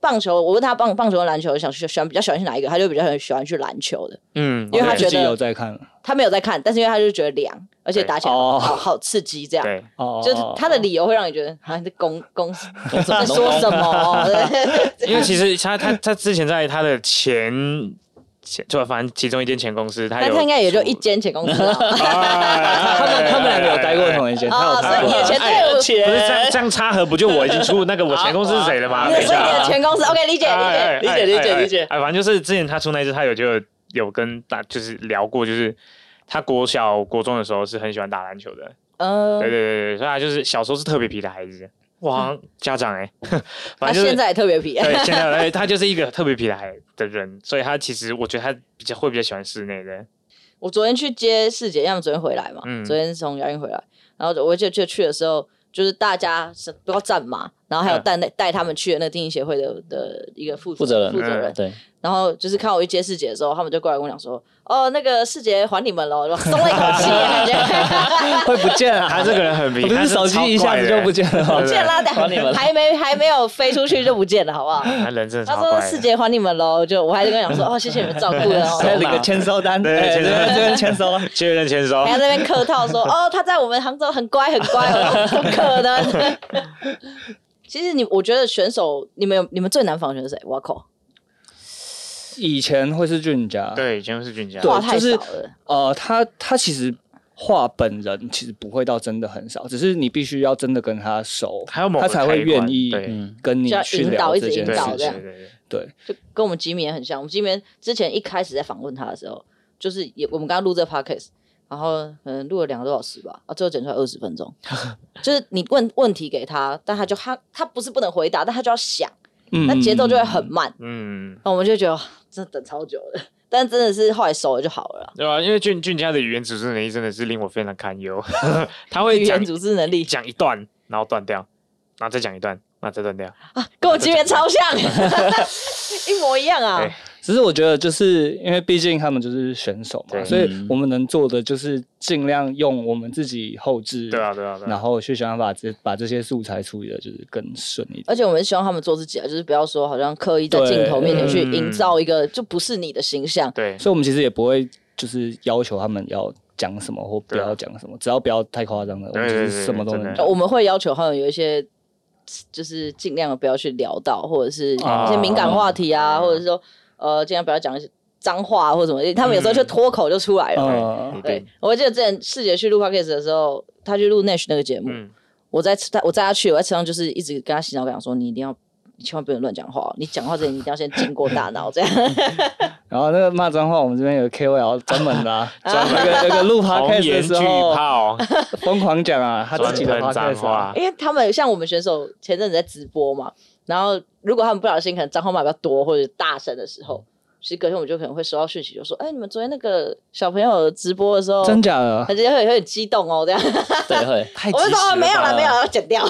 A: 棒球，我问他棒棒球和篮球想去喜欢比较喜欢去哪一个，他就比较喜欢去篮球的。
D: 嗯，
A: 因为他
C: 自
A: 觉
C: 己
A: 得
C: 有在看
A: 他没有在看，但是因为他就觉得凉，而且打起来好
C: 哦
A: 好好刺激这样。
D: 对，
C: 哦，
A: 就是他的理由会让你觉得啊，你在公公
B: 公什么
A: 在说什么？对
D: 因为其实他他他之前在他的前前，就反正其中一间前公司，他
A: 但
D: 有
A: 他应该也就一间前公司啊吧。
C: 他
D: 他
C: 们他们两个有待
D: 哎
C: 过同一间，他有
A: 哦，所
C: 待
A: 以
C: 过
A: 你的前队伍，所
D: 不是这样这样差合，不就我已经出那个我前公司是谁了吗？
A: 以
D: 等一
A: 你
D: 下
A: 的
D: 啊。
A: 前公司 OK 理解理解。
D: 哎哎
B: 理解理解
D: 哎哎
B: 理解
D: 哎，反正就是之前他出那一支，他有就有跟大就是聊过，就是他国小国中的时候是很喜欢打篮球的，
A: 嗯
D: 对对，对对，所以他就是小时候是特别皮的孩子。哇，家长哎、欸，
A: 他
D: 反正就是
A: 现在也特别皮。
D: 对现在哎他就是一个特别皮的孩的人，所以他其实我觉得他比较会比较喜欢室内的，
A: 我昨天去接世姐，因为他们昨天回来嘛，
D: 嗯
A: 昨天是从亚运回来，然后我就就去的时候，就是大家是不要站嘛，然后还有
D: 嗯
A: 带那带他们去的那个定义协会的的一个负
B: 负责人嗯
A: 负责人，
B: 对，
A: 然后就是看我去接世姐的时候，他们就过来跟我讲说，哦，那个世姐还你们了， 我松了一口气，感觉
C: 会不见啊，
D: 他这个人很皮，
C: 不
D: 他
C: 是手机一下子就不 见了吗
A: 不？见啦，但
B: 还你们了
A: 还没还没有飞出去就不见了，好不 好？
D: 他人真的
A: 他
D: 超
A: 说
D: 怪
A: 世
D: 的。
A: 姐还你们喽，就我还是跟他讲说，哦，谢谢你们照顾了 哦，
C: 还有那个签收单，
D: 对
C: 哎
D: 签收
C: 这
D: 单
C: 边这边签收啊，
D: 确认签收
A: 还，要在那边客套 说哦，他在我们杭州很乖很乖，我说不可能。 其实你，我觉得选手，你们有你们最难防的选手是谁？瓦口，
C: 以前会是俊家，
D: 对，以前都是俊家，
A: 话太
C: 就
A: 少
C: 是
A: 了。
C: 呃，他他其实画本人其实不会到真的很少，只是你必须要真的跟他熟，
D: 还有某个
C: 他才会
D: 开关
C: 愿意
D: 对
B: 嗯，
C: 跟你
A: 就要
C: 去
A: 引导
C: 聊
A: 一
C: 这
A: 直
C: 件
A: 引导这
C: 事情
A: 样。
D: 对对对
C: 对，
A: 就跟我们吉米也很像。我们吉米之前一开始在访问他的时候，就是也我们刚刚录这个 podcast，然后可能录了两个多小时吧，啊，最后剪出来二十分 钟。就是你问问题给他，但他就他他不是不能回答，但他就要想，
C: 嗯
A: 那节奏就会很慢。
D: 嗯，
A: 那我们就觉得哇真的等超久了，但真的是后来熟了就好了啦。
D: 对吧、因为俊俊家的语言组织能力真的是令我非常堪忧， 他会
A: 语
D: 讲
A: 言组织能力
D: 讲一段，然后断掉，然后再讲一段，然后再断掉。
C: 嗯
A: 跟我级别超像， 一模一样啊
D: 对！
C: 只是我觉得，就是因为毕竟他们就是选手嘛，
D: 对
C: 所以
B: 嗯
C: 我们能做的就是尽量用我们自己后置，
D: 对啊，对啊，对
C: 然
D: 啊。
C: 后去想办法这把这些素材处理的就是更顺一点。
A: 而且我们希望他们做自己啊，就是不要说好像刻意在镜头面前去营造一个就不是你的形象。
D: 对，
C: 所以我们其实也不会就是要求他们要讲什么或不要讲什么，只要不要太夸张了，我
D: 对
C: 们就
D: 啊对
C: 是
D: 对
C: 什么都
D: 真
C: 能
D: 的
C: 讲。
A: 我们会要求他们有一些，就是尽量不要去聊到，或者是
D: 啊
A: 一些敏感话题啊，或者是说呃，尽量不要讲一些脏话啊或什么。他们有时候就脱口就出来了。
C: 嗯，
A: 对，我记得之前世杰去录 podcast 的时候，他去录 Nash 那个节目，
D: 嗯，
A: 我在他我载他去，我在车上就是一直跟他洗脑，跟他讲说你一定要。你千万不能乱讲话，你讲话之前你一定要先经过大脑，这样
C: 然后那个骂脏话，我们这边有 KOL 专门的、 啊，专门那个那个录
D: 红
C: podcast
D: 颜
C: 的
D: 巨
C: 时候
D: 炮，
C: 疯狂讲啊，他自
D: 专
C: 己的
D: 喷脏
C: podcast 啊
D: 话，
A: 因为他们像我们选手前阵子在直播嘛，然后如果他们不小心可能脏话骂比较多或者大声的时候，其实隔天我们就可能会收到讯息，就说：“哎、你们昨天那个小朋友直播的时候，
C: 真假的
A: 他？就会有点激动哦，这样。
B: 对会。
C: 太”及
A: 我就
C: 时
A: 说：“哦，
C: 了
A: 没有了，
C: 吧
A: 没有，要剪掉。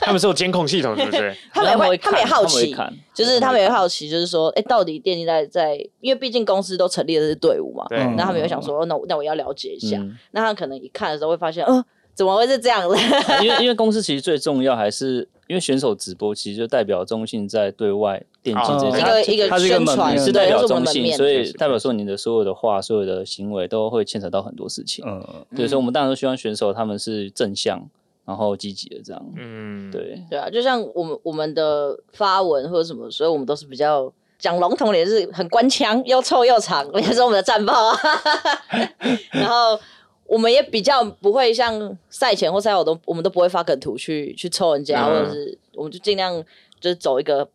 D: 他们是有监控系统，是不是？”
A: 他们也会，他
B: 看
A: 们也好
B: 他们
A: 奇
B: 会，看
A: 就是他们也会好奇，就是说：“哎、到底电竞在在，因为毕竟公司都成立的是队伍嘛，
D: 对，
C: 嗯
A: 那他们也会想说：‘哦那我那我要了解一下。
B: 嗯
A: 那他可能一看的时候会发现，嗯、怎么会是这 样子？
B: 嗯 因为因为公司其实最重要还是因为选手直播，其实就代表中信在对外电竞这件
D: 哦
A: 一
B: 事。
A: 个
C: 它
A: 一个
C: 它是一个
A: 宣
C: 门
A: 传，
C: 面
B: 是
A: 对，就
B: 代表
A: 是我
B: 中
A: 们门
B: 性，
A: 面。
B: 所
D: 确
B: 以
D: 实
B: 代表说你的所有的话、所有的行为都会牵扯到很多事情。
C: 嗯，
B: 对，所以我们当然都希望选手他们是正向，然后积极的这样。
D: 嗯，
B: 对，
A: 对啊，就像我们我们的发文或者什么，所以我们都是比较讲笼统点，就是很官腔，又臭又长， 也是我们的战报啊。 然后我们也比较不会像赛前或赛后都，我们都不会发梗图去去抽人家，
D: 嗯
A: 或者是我们就尽量就是走一个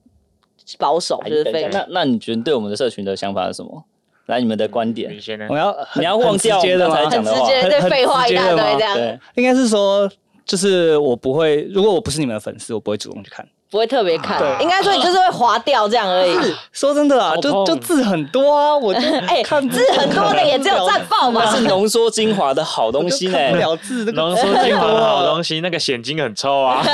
A: 保守，
C: 哎
A: 就是非
B: 那那你觉得对我们的社群的想法是什么？来，你们的观
D: 你
B: 点。
D: 先呢
C: 我？要
B: 你要
C: 嗯很
B: 忘掉
C: 很直接的
B: 我们
C: 吗
B: 刚才？
A: 很
B: 讲
A: 直
B: 的话
A: 接，
C: 很
A: 对
C: 很
A: 废话一
C: 直接
A: 大
C: 的
A: 堆
C: 吗
A: 这样，
B: 对，
C: 应该是说，就是我不会，如果我不是你们的粉丝，我不会主动去看。
A: 不会特别看
D: 对，
A: 应该说你就是会划掉这样而已。
C: 说真的啦，
D: 好
C: 就
D: 痛
C: 就字很多啊，我就
A: 哎，
C: 看
A: 字很多的也只有战报嘛，
B: 那是浓缩精华的好东西
C: 就
B: 呢。
C: 看不了字，这个
D: 浓缩精华的好东西，那个显金很臭啊，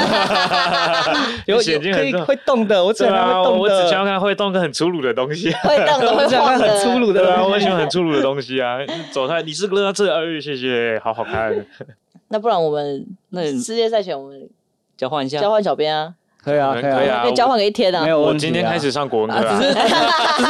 C: 有有
D: 显金
C: 可
D: 很
C: 以
D: 臭。
C: 会动的，我只
D: 对
C: 想看
D: 啊，
C: 会
D: 我
C: 动
D: 我
C: 的，
D: 只喜欢看会动跟很粗鲁的 东西。啊
A: 会动的
C: 我
A: 会
C: 只想
A: 晃
C: 看
A: 的，
C: 很粗鲁的
D: 对啊，
C: 东
D: 我
C: 西。
D: 喜欢很粗鲁的东西啊。 走开，你是个垃圾，哎，谢谢，好好看。
A: 那不然我们
B: 那你
A: 世界赛前我们
B: 交换一下
A: 交，换小编啊，
C: 可以啊，
D: 可以
C: 可以
D: 对
C: 啊，
D: 啊
A: 可以交换个一天啊
C: 没。有
D: 我
C: 问题啊
D: 今天开始上国文课
C: 啊
D: 啊
C: 只，是只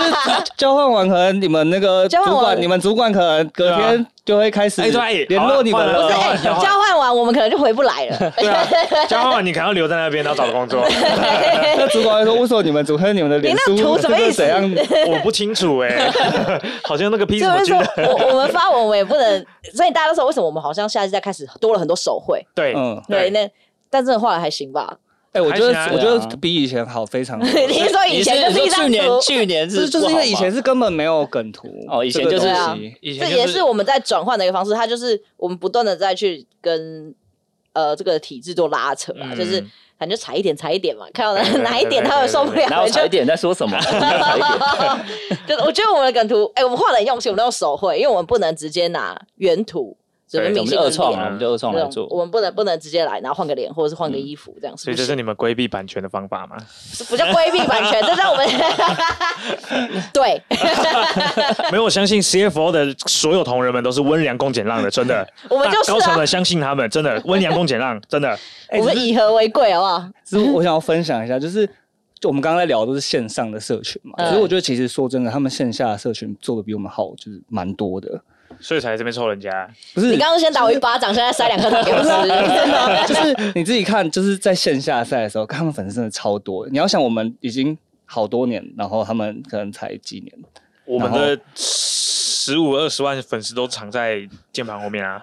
C: 是交换完，可能你们那个
A: 交换
C: 主
A: 完
C: 管，你们主管可能隔
D: 对啊
C: 天就会开始
D: 哎对
C: 联
D: 好
C: 络
D: 啊
C: 你们
D: 换了
A: 不是，
D: 交
A: 哎
D: 换交换
A: 交换完我们可能就回不来 了。
D: 对啊，交换完你可能要留在那边，然后找工作。
C: 那主管会说：“为什么你们组合你们的脸书
A: 你那图什么意思
C: 是怎样？
D: 我不清楚哎， 好像那个 P
A: 所以我
D: 怎
A: 就
D: 么军
A: 说
D: 的，，
A: 我我们发文我也不能，所以大家都说为什么我们好像下季再开始多了很多手绘？
D: 对，
C: 嗯，
A: 对，那但真的画的还行吧？
C: 哎，我觉得
D: 还哎行啊
C: 我觉得比以前好非常多。
A: 你是说以前
B: 你
A: 就是一
B: 你说
A: 张
B: 去年
A: 图，
B: 去年
C: 是
B: 是
C: 就是因为以 前
B: 是
C: 是根本没有梗图
B: 哦以前就是
C: 这个
A: 对
C: 东
A: 啊
C: 西
D: 以
A: 这
D: 前
A: 也
D: 就是
A: 我们在转换的一个方式。它就是我们不断的再去跟呃这个体制做拉扯啊，
D: 嗯
A: 就是反正就踩一点踩一点嘛，看到哪
D: 对对对
A: 哪一点他们受不
B: 哪
A: 了，
B: 有
A: 就
B: 踩点在说什 么？哪有踩点
A: 就是我觉得我们的梗图，哎、我们画的很用心，我们都用手绘，因为我们不能直接拿原图，什么
D: 对
B: 我
A: 明
B: 们
A: 星
B: 就二创
A: 的
B: 啊，
A: 脸
B: 我们就二创
A: 这
B: 来
A: 种我
B: 做。
A: 们不能不能直接来，然后换个脸或者是
D: 嗯
A: 换个衣服这样，
D: 所
A: 是
D: 以
A: 不
D: 这是
A: 是？
D: 你们规避版权的方法吗？
A: 这 不叫规避版权，这让我们 对，
D: 没有，我相信 CFO 的所有同仁们都是温良恭俭让的，真的。
A: 我们就是啊
D: 大高层的哎相信他们，真的温良恭俭让，真的。
A: 我们以和为贵，好不好？
C: 只是我想要分享一下，就是就我们刚刚在聊都是线上的社群嘛，
A: 嗯
C: 所以我觉得其实说真的，他们线下的社群做的比我们好，就是蛮多的。
D: 所以才这边抽人家。
C: 不是
A: 你刚刚先打我一巴掌，现在塞两颗糖给我
C: 不是啊嗯真的
A: 吃，
C: 啊， 就是你自己看，就是在线下赛的时候，看他们粉丝真的超多。你要想，我们已经好多年，然后他们可能才 几年，
D: 我们的十五二十万粉丝都藏在键盘后面啊，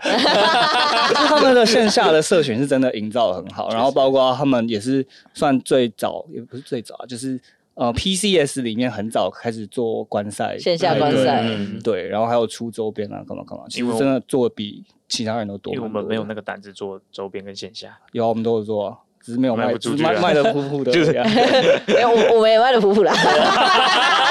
C: 就是他们的线下的社群是真的营造的很好，然后包括他们也是算最早，也不是最早啊，就是呃 PCS 里面很早开始做观赛，
A: 线下观赛
D: 嗯
C: 对，然后还有出周边啊，干嘛干嘛，其
D: 因为
C: 实
D: 我
C: 真的做得比其他人都多
D: 因为
C: 蛮多的。
D: 我们没有那个胆子做周边跟线下。
C: 有啊，我们都有做啊，只是没有
D: 卖
C: 卖，
D: 不
C: 只
D: 出
C: 是
D: 去啊
C: 卖卖的呼呼的而已 啊，
A: 没有，我我们也卖的普普啦。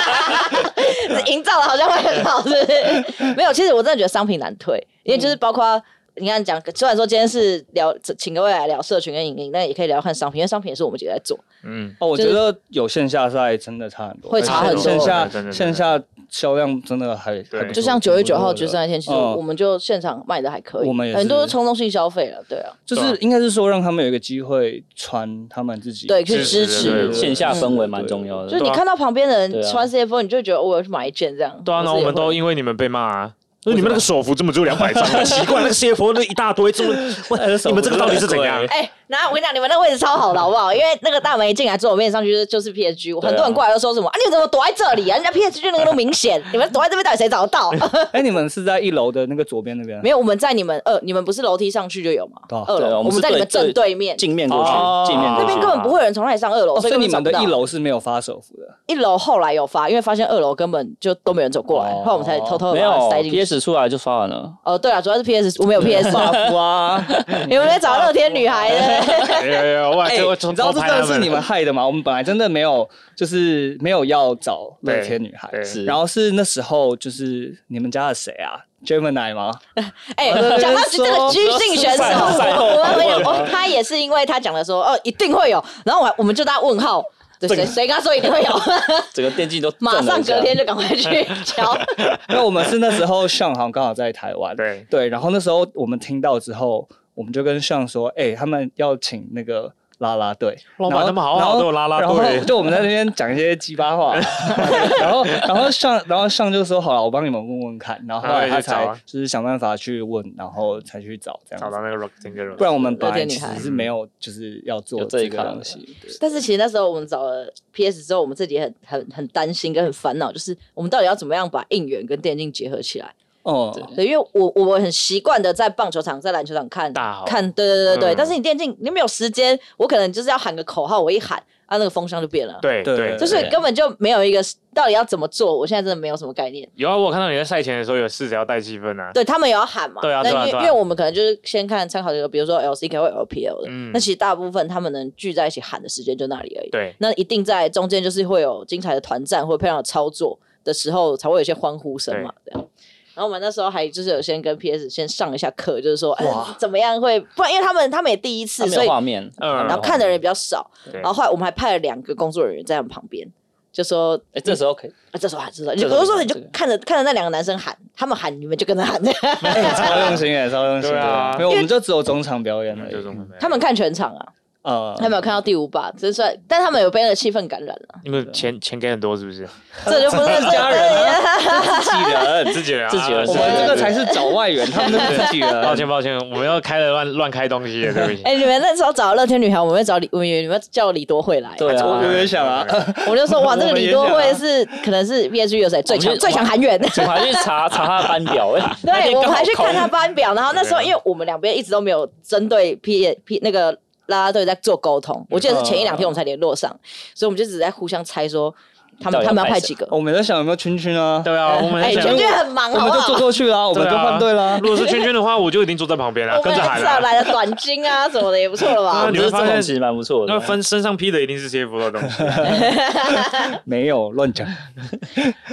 A: 营造的好像会很好，是不是？没有，其实我真的觉得商品难推，因为就是包括你看讲，虽然说今天是聊请各位来聊社群跟影音，但也可以聊看商品，因为商品也是我们几个在做。
D: 嗯，
C: 哦，我
A: 就
C: 觉
A: 是
C: 得有线下赛真的差很多，哎
A: 会差很多
C: 线下
D: 真的真的
C: 线下销量真的还
D: 对
C: 还不错
A: 就像九月九号
C: 挺
A: 决
C: 不错的
A: 赛那天，其实
C: 嗯
A: 我们就现场卖的还可以，
C: 我们也是
A: 很多都冲动性消费了，对啊，
C: 就是应该是说让他们有一个机会穿他们自己
A: 对，去
D: 是
A: 支
D: 是对
A: 持
D: 对。
B: 线下氛围蛮重要
A: 就是
B: 的。
A: 你看到旁边的人
B: 对啊
A: 穿 CFO，你就会觉得哦我要去买一件这样。
D: 对啊，然后我们
A: 也会
D: 都因为你们被骂啊，说你们那个手幅怎么只有两百张啊？ 奇怪，那个 CFO 那一大堆，怎么？喂，你们这个到底是怎样？
A: 哎、然后我跟你讲，你们那个位置超好的，好不好？因为那个大门一进来，坐我面上去就是就是 PSG，我很多人过来都说什么啊，你们怎么躲在这里啊？人家 PSG 那个都明显，你们躲在这边到底谁找得到？
C: 哎，你们是在一楼的那个左边那边？啊
A: 没有，我们在你们二，你们不是楼梯上去就有吗？
C: 对啊
A: 二
B: 对
A: 楼，
B: 我们是
A: 在你们
B: 对
A: 正对面，
B: 镜面过
D: 哦
B: 去，镜啊面过
A: 那
B: 去
A: 边根本不会有人从那里上二楼，
C: 哦，所以
A: 根
C: 你
A: 本找
C: 们
A: 不
C: 的
A: 到
C: 一楼是没有发手幅的。
A: 一楼后来有发，因为发现二楼根本就都没人走过来，
C: 哦
A: 后来我们才偷偷
B: 没
A: 地
B: 有
A: 把它塞进去。
B: PS 出来就发完了。
A: 哦，对了，主要是 PS，我没有 PS，
C: 哇！
A: 你们在找乐天女孩的，
D: 哎呀呀，哇，
C: 哎，
D: 这哎我
C: 你知
D: 从
C: 道这
D: 偷
C: 真
D: 拍他
C: 的是你们
D: 们
C: 害的吗？我们本来真的没有，就是没有要找乐天女孩
D: 对，
B: 是
C: 然后是那时候就是你们家的谁啊？Gemini 吗？
A: 哎，
C: 我
A: 讲到
C: 在
A: 这个
C: 哦说
A: 居姓选手，
C: 赛后赛后啊
A: 我们有，我他也是因为他讲的说，哦，一定会有，然后我还我们就打问号，对谁谁跟他说一定 会有，
B: 整个电竞都
A: 马
B: 震了
A: 上
B: 一下
A: 隔天就赶快去瞧，
C: 因为我们是那时候向航刚好在台湾，
D: 对
C: 对，然后那时候我们听到之后，我们就跟向说，哎、他们要请那个啦啦队，
D: 哇
C: 然后
D: 他们好好
C: 然后
D: 都有啦啦队
C: 然后就我们在那边讲一些鸡巴 话，然后然后向然后向就说好了，我帮你们问问看，然后后来
D: 然
C: 他
D: 后就去找
C: 才
D: 啊
C: 就是想办法去问，然后才去找这
D: 找
C: 样
D: 到
C: 子。
D: 那个 Rock t a n g e r
C: 不然我们本
A: 乐
C: 来
A: 天女
C: 其
A: 孩
C: 实是没有，就是要做
B: 有这
C: 这
B: 一
C: 个
B: 趴
C: 东西。对
A: 但是其实那时候我们找了 PS 之后，我们自己也很很很担心跟很烦恼，就是我们到底要怎么样把应援跟电竞结合起来。
C: 哦，
A: 对，因为我我很习惯的在棒球场、在篮球场看
D: 大吼
A: 看，对对对对。
D: 嗯
A: 但是你电竞，你没有时间，我可能就是要喊个口号，我一喊啊，那个风向就变了。
D: 对
C: 对
D: 对，
A: 就是
C: 对
A: 根本就没有一个到底要怎么做，我现在真的没有什么概念。
D: 有啊，我看到你在赛前的时候有试着要带气氛啊，
A: 对他们也要喊嘛，
D: 对啊
A: 那
D: 对啊
A: 因为
D: 对啊
A: 因为我们可能就是先看参考这个，比如说 LCK 或 LPL 的，
D: 嗯
A: 那其实大部分他们能聚在一起喊的时间就那里而已。
D: 对
A: 那一定在中间就是会有精彩的团战或漂亮的操作的时候，才会有一些欢呼声嘛，这样。然后我们那时候还就是有先跟 PS 先上一下课，就是说，哎，怎么样会？不然因为他们他们也第一
B: 它
A: 次，
B: 没
A: 所
B: 有
A: 以
B: 画面，
D: 嗯
A: 然后看的人也比较少。
D: 对
A: 然后后来我们还派了两个工作人员在他们旁边，就说，
B: 哎，这时候可以
A: 啊，这时候喊，这时候，
B: 这
A: 你
B: 时
A: 不
B: 候
A: 是说你
B: 你
A: 就
B: 喊这个
A: 看着看着那两个男生喊，他们喊你们就跟着喊，
C: 哎超用心哎，超用心
D: 对啊
C: 的。没有，我们就只有中场表演
D: 嗯
C: 而
D: 就这
C: 已。
D: 种
A: 他们看全场啊，
B: 哦
C: 呃，
A: 他们有看到第五把，只是算，但他们有被那个气氛感染了，
D: 你们钱钱给很多是不是？
A: 这就不是
C: 家人啊，自己人，
D: 自己人啊，
B: 自己人
D: 啊
C: 我
B: 是
C: 们这个才是找外援，他们都是自己人。
D: 抱歉抱歉，我们要开了乱乱开东西了，对不起。
A: 哎、你们那时候找乐天女孩，我们会找李，我们以为你们叫李多慧来，
B: 对啊
C: 我也想啊，
A: 我 就说哇，
C: 我
A: 这
C: 们
A: 个李
C: 也
A: 多
C: 想
A: 慧
C: 啊
A: 是可能是 B H 有谁最
B: 我们
A: 强
B: 就
A: 最强韩援。
B: 我还去查查他的班表，哎，那
A: 对，
B: 天
A: 我们
B: 刚好
A: 还去看
B: 空
A: 他班表，然后那
B: 啊
A: 时候因为我们两边一直都没有针对 P P 那个啦啦队在做沟通，我记得是前一两天我们才联络上，所以我们就只是在互相猜说他
B: 到
A: 们
B: 底
A: 他们
B: 要
A: 要
B: 派
A: 派
B: 谁
A: 几个。
C: 我们在想有没有圈圈啊，
D: 对啊，我们
A: 哎，
D: 想
A: 全军很忙，
C: 我
A: 好
C: 们
A: 不
C: 就
A: 好？
C: 坐过去啦，我们
D: 对啊
C: 就换队啦。
D: 如果是圈圈的话，我就已经坐在旁边了，啊
C: 啊
A: 我
D: 跟
A: 们
D: 着喊
A: 至少
D: 了。
A: 来了短金 啊什么的，也不错了吧
D: 啊？你
B: 你
D: 会
B: 这
D: 发
B: 种
D: 现
B: 其实蛮不错的。
D: 那分身上披的一定是 CFO 的东西，
C: 没有乱讲，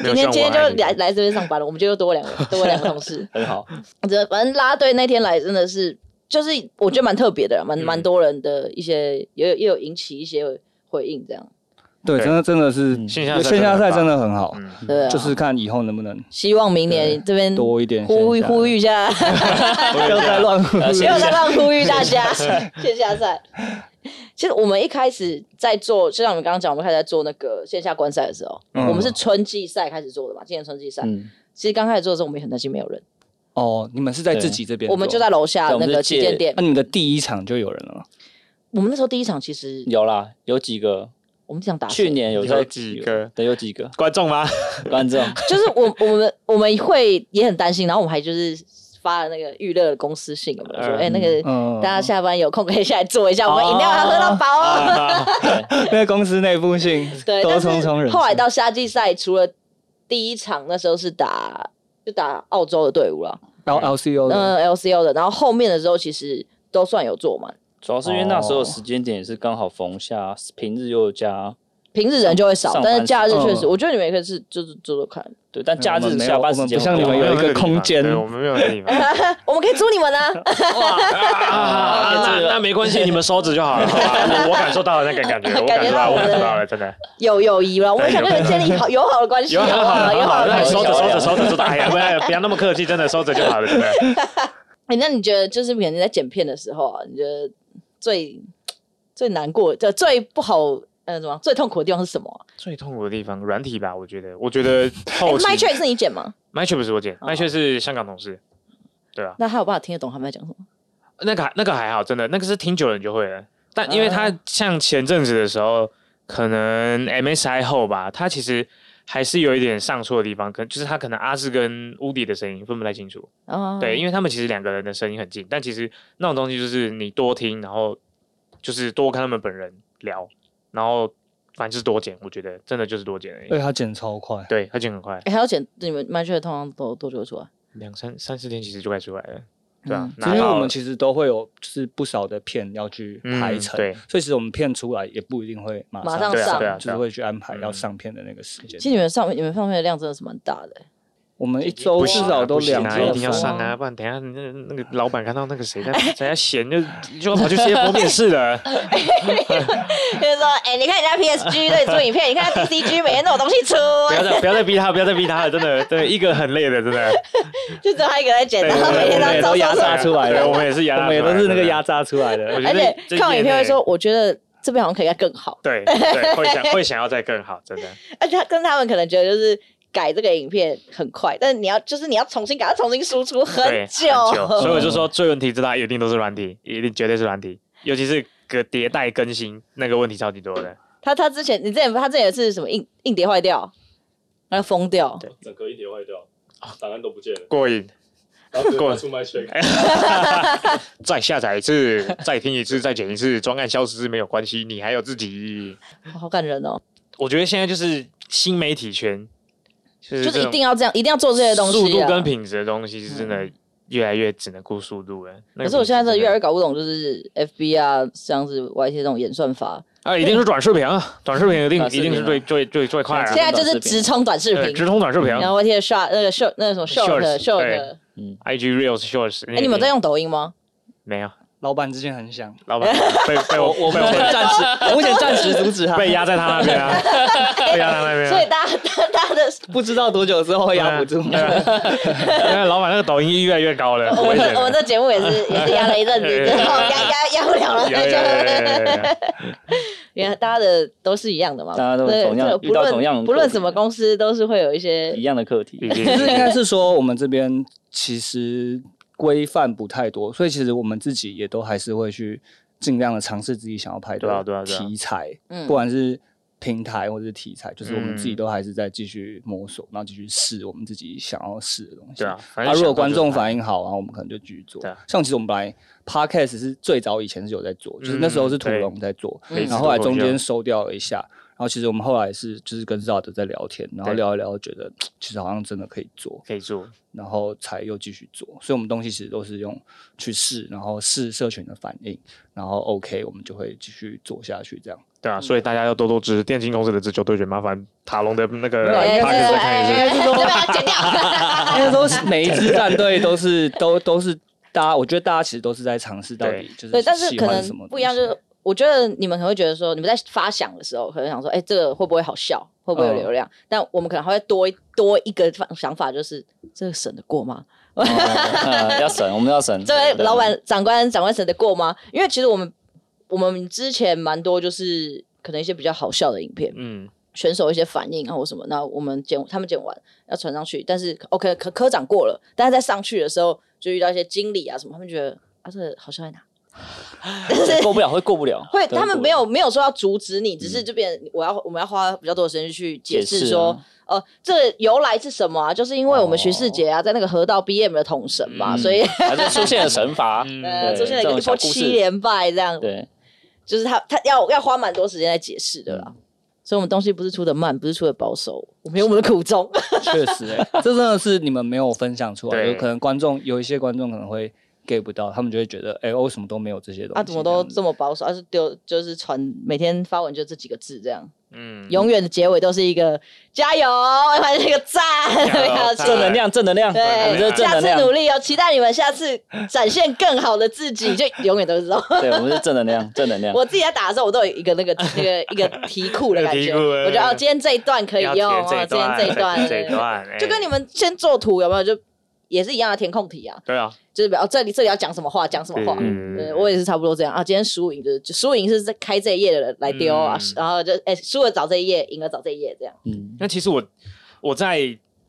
D: 没
A: 今天
D: 有像
A: 今
D: 我
A: 天
D: 爱
A: 就
D: 你
A: 来来这边上班了，我们就多两 个多两个同事。
B: 很 好，
A: 这反正啦啦队那天来真的是，就是我觉得蛮特别的啦，蛮
D: 嗯
A: 蛮多人的一些也有也有引起一些回应，这样
C: 对，
D: 对
C: 真的真的是
D: 线下赛
C: 线下赛真的很好，
D: 嗯，
A: 对啊，
C: 就是看以后能不能
A: 希望明年这边
C: 多一点
A: 呼吁
C: 线下
A: 呼吁一下，
C: 不要再乱呼
B: 呃
A: 不
B: 线
A: 要
B: 下
A: 再乱呼吁大 家 线下赛。其实我们一开始在做，就像我们刚刚讲，我们开始在做那个线下观赛的时候，
C: 嗯
A: 我们是春季赛开始做的嘛，今年春季赛。
B: 嗯，
A: 其实刚开始做的时候，我们也很担心没有人，
C: 哦，你们是在自己这边做，
A: 我们就在楼下
B: 对我
A: 那
B: 们
A: 个
B: 就
A: 旗舰
B: 借
A: 店
C: 那。你们的第一场就有人了吗，
A: 我们那时候第一场其实
B: 有啦，有几个，
A: 我们只想打
B: 去
A: 谁
B: 年有
D: 有
B: 在
D: 几个
B: 对，有几个
D: 观众吗？
B: 观众，
A: 就是我我们我们会也很担心，然后我们还就是发了那个娱乐公司信，我们说，
D: 嗯
A: 哎、那个、
C: 嗯
A: 大家下班有空可以下来坐一下，我们
C: 哦
A: 饮料要喝到饱哦。
C: 因为公司内部性
A: 对，
C: 多
A: 但
C: 重重
A: 是
C: 人，
A: 后来到夏季赛，除了第一场那时候是打就打澳洲的队伍了，
C: 然后 LCO 的
A: 嗯、LCO 的，然后后面的时候其实都算有做嘛，
B: 主要是因为那时候时间点也是刚好逢下平日又加，
A: 平日人就会少，
B: 上
A: 但是
B: 班
A: 假日确实，
C: 嗯
A: 我觉得你们也可以是就是做做看，
B: 对，但假
C: 我
B: 日
C: 们没有
B: 下班时间
C: 我们不像
B: 比较
C: 你们
B: 忙
C: 有一个空间
D: 对我们没有那个地方。
A: 我们可以租你们啊，
D: 啊，那那没关系，你们收着就好了。好吧我我感受到了那个感觉，我感受到，我感受到了，真的。
A: 有友谊了，我们想跟你们建立好友好的关系，
D: 有
A: 好
D: 好
A: 不
D: 好
A: 好？友
D: 好
A: 好
D: 好，
A: 的
D: 那
A: 关
D: 你
A: 系
D: 收。着收着收着收着，哎呀，不要不要那么客气，真的收着就好了，真的。
A: 哎、那你觉得就是可能在剪片的时候啊，你觉得最最难过、就最不好呃什么最痛苦的地方是什么啊？
D: 最痛苦的地方，软体吧，我觉得，我觉得后期
A: m y t r i x 是你剪吗？
D: My Trip 不是我剪
A: 哦
D: ，My Trip 是香港同事。对啊，
A: 那他有办法听得懂他们在讲什么？
D: 那个还那个还好，真的，那个是听久了你就会了。但因为他像前阵子的时候，可能 MSI 后吧，他其实还是有一点上错的地方，可能就是他可能阿志跟乌迪的声音分不太清楚。
A: 哦，
D: 对，因为他们其实两个人的声音很近，但其实那种东西就是你多听，然后就是多看他们本人聊，然后反正就是多剪，我觉得真的就是多剪而
C: 对
D: 已。
C: 他剪超快，
D: 对，他剪很快，
A: 诶还要剪你们 m y t r i x 通常都多久出来？
D: 两三三四天其实就快出来了。对啊
A: 嗯，
D: 拿
C: 因为
D: 到
C: 我
D: 了
C: 们其实都会有就是不少的片要去排成，
D: 嗯对
C: 所以其实我们片出来也不一定会马
A: 马
C: 上
A: 上
D: 对啊
A: 上
D: 对啊，
C: 就是会去安排
D: 嗯
C: 要上片的那个时间
A: 其。实你们上你们放片的量真的是蛮大的、欸
C: 我们一周
D: 不
C: 至
D: 行啊
C: 少都
D: 不行
C: 两
D: 啊
C: 周，
D: 一定要上啊，不然等一下那那个老板看到那个谁在谁在闲， 就就跑去 CFO 面试了。
A: 就是说，哎、你看人 家 PSG 对做影片，你看他 DCG 每天都有东西出，
D: 不要再不要再逼他，不要再逼他了，真的，对，一个很累的，真的。
A: 就只有他一个在剪，
D: 对
A: 然
C: 啊
A: 后
D: 对
A: 每
D: 对
A: 天
D: 我们也
A: 都要
C: 都
A: 招
C: 压
A: 手。
C: 榨出来
D: 对，
C: 的，
D: 我们也是压
C: 我
D: 榨出
C: 们
D: 来
C: 也
D: 的，啊
C: 都是那个
D: 真的
C: 压榨出来的。
D: 我觉
A: 而
D: 得
A: 且
D: 这
A: 看完影
D: 业
A: 片会
D: 内
A: 说，我觉得这边好像可以再更好，
D: 对对，会想会想要再更好，真的。
A: 而且他跟他们可能觉得就是。改这个影片很快，但是你要就是你要重新给它重新输出很
D: 对，
A: 久，
D: 所以我就说，最问题最大一定都是软体，一定绝对是软体，尤其是个迭代更新那个问题超级多的。
A: 他他之前你之前他之前有一次什么硬硬碟坏掉，然后疯掉，
E: 整个一叠坏掉，档案都不见了，
D: 过瘾，
C: 哦
E: 然后直接拿出卖全。
D: 再下载一次，再听一次，再剪一次，专案消失没有关系，你还有自己。
A: 哇好感人哦！
D: 我觉得现在就是新媒体圈，就是
A: 就是
D: 这
A: 一
D: 种
A: 定要这样，一定要做这些东西、啊。
D: 速度跟品质的东西是真的越来越只能顾速度了。
A: 可
D: 那个
A: 是我现在真的越来
D: 品
A: 越搞不懂，就是 FB 啊，像是 YT 这种演算法，
D: 质真的啊，一定是短视频啊，短视频一定
B: 短视
D: 一
B: 频啊
D: 定是最最最最快
A: 现
D: 啊，
A: 在就是直冲短视
D: 对，
A: 频，
D: 直通短视频啊
A: 然后 YT 的 short 那个 short 那个什么 short
D: Shorts，
A: short，
D: 对，IG Reels Shorts。
A: 哎，你们在用抖音吗？
D: 没有？
C: 老板之前很想，
D: 老板被被我
C: 我
D: 被
C: 目前暂时，我目前暂时阻止他，
D: 被压在他那边啊，被压在他那边
A: 所以
D: 啊。
A: 大家大家的
C: 不知道多久之后会压不住。
D: 对啊，因为老板那个抖音越来越高了，
A: 我
D: 危
A: 们
D: 险
A: 的我们。
D: 了
A: 的节目 也是也是压了一阵子，
D: 啊对
A: 然后压压压不了了，
D: 有有有有
A: 就
D: 有有有
A: 原来大家的都是一样的嘛，
B: 大家都
A: 对
B: 同样
A: 这个
B: 遇
A: 不
B: 到同样
A: 论
B: 的
A: 不论
B: 问题
A: 什么公司都是会有一些
B: 一样的 课
D: 已
B: 题，
C: 其
D: 经
C: 实应该是说，我们这边其实规范不太多，所以其实我们自己也都还是会去尽量的尝试自己想要拍
D: 对啊对
C: 的
D: 啊对啊
C: 题材，
A: 嗯
C: 不管是平台或者是题材，就是我们自己
D: 嗯
C: 都还是在继续摸索，然后继续试我们自己想要试的东西。
D: 对啊，反
C: 啊，
D: 正
C: 如果观众
D: 反
C: 反应好啊，我们可能就继续做
D: 对啊。
C: 像其实我们本来 podcast 是最早以前是有在做，就是
D: 嗯
C: 那时候是土
D: 对
C: 龙在做，
A: 嗯
C: 然后后来中
D: 每次都
C: 间
D: 有
C: 收掉了一下。然后其实我们后来是就是跟 Zod 在聊天，然后
D: 对
C: 聊一聊，觉得嘖其实好像真的可以做，
D: 可以做，
C: 然后才又继续做。所以我们东西其实都是用去试，然后试社群的反应，然后 OK 我们就会继续做下去这 样。
D: 对
A: 嗯
D: 啊，所以大家要多多支持电竞公司的自救对决，麻烦塔隆的那个
C: 没
A: 哎
C: 有啊应
D: p a
C: 该
D: r
C: 是
D: k 再看一次。
A: 这边要剪掉。
C: 因为哎都是每一支战队都是都都是大家，我觉得大家其实都是在尝试到
D: 对
C: 底就是
A: 对，但是
C: 喜
A: 可
C: 欢什么
A: 能不一样，
C: 东
A: 就
C: 西
A: 是我觉得你们可能会觉得说，你们在发想的时候，可能想说，哎、这个会不会好笑，会不会有
C: 嗯
A: 流量？但我们可能还会多一多一个方想法，就是这个审得过吗？
B: 嗯要省，我们要省。
C: 啊
A: 这位
B: 对
A: 老板、长官、长官审得过吗？因为其实我们我们之前蛮多就是可能一些比较好笑的影片，
D: 嗯，
A: 选手一些反应啊或什么，那我们剪他们剪完要传上去，但是 OK 科科长过了，但是在上去的时候就遇到一些经理啊什么，他们觉得啊这个好笑在哪？
B: 过不了，会过不了。
A: 会，
B: 对
A: 他们
B: 过不
A: 没
B: 了
A: 有没有说要阻止你，只是这边我要我们要花比较多的时间去解释说，
B: 嗯啊
A: 呃，这由来是什么啊？就是因为我们徐世杰啊，
B: 哦
A: 在那个河道 BM 的统神嘛，
D: 嗯
A: 所以
B: 还是出现了神罚，
A: 呃
B: 嗯 对
A: 出现了一
B: 这
A: 个一波
B: 种小故事
A: 七连败这样，
B: 对，
A: 就是他他要要花蛮多时间来解释的
B: 嗯
A: 啦。所以我们东西不是出的慢，不是出的保守，我们有我们的苦衷。
B: 嗯
C: 确实、欸， 这真的是你们没有分享出来，
D: 对
C: 有可能观众有一些观众可能会 get 不到，他们就会觉得，哎、我为什么都没有这些东西？
A: 啊，怎么都
C: 这
A: 这
C: 样
A: 么保守？而、啊、是丢就是传每天发文就这几个字这样，
D: 嗯，
A: 永远的结尾都是一个加油，还是一个赞， 表情
D: 赞
B: 正能量，正能量，我们这
A: 对，
B: 是正
A: 下
B: 能
A: 次
B: 量
A: 努，力哦，期待你们下次展现更好的自己，就永远都是这种。
B: 对，我们是正能量，正能量。
A: 我自己在打的时候，我都有一个那个那个一个题库的感
D: 题
A: 觉，
D: 库
A: 我觉得哦，今天这一段可以用
D: 要
A: 哦，
D: 填
A: 今天这一段，哎
D: 这一
A: 对
D: 段，
A: 就跟你
D: 们
A: 们先做图有没有？就也是一样的填空题啊，
D: 对啊，
A: 就是比如哦这里这里要讲什么话，讲什么话。
D: 嗯
A: 对，我也是差不多这样啊。今天输赢就是就输赢是在开这一页的来丢啊，
D: 嗯
A: 然后就哎输了找这一页，赢了找这一页这样。
B: 嗯，
D: 那其实我我在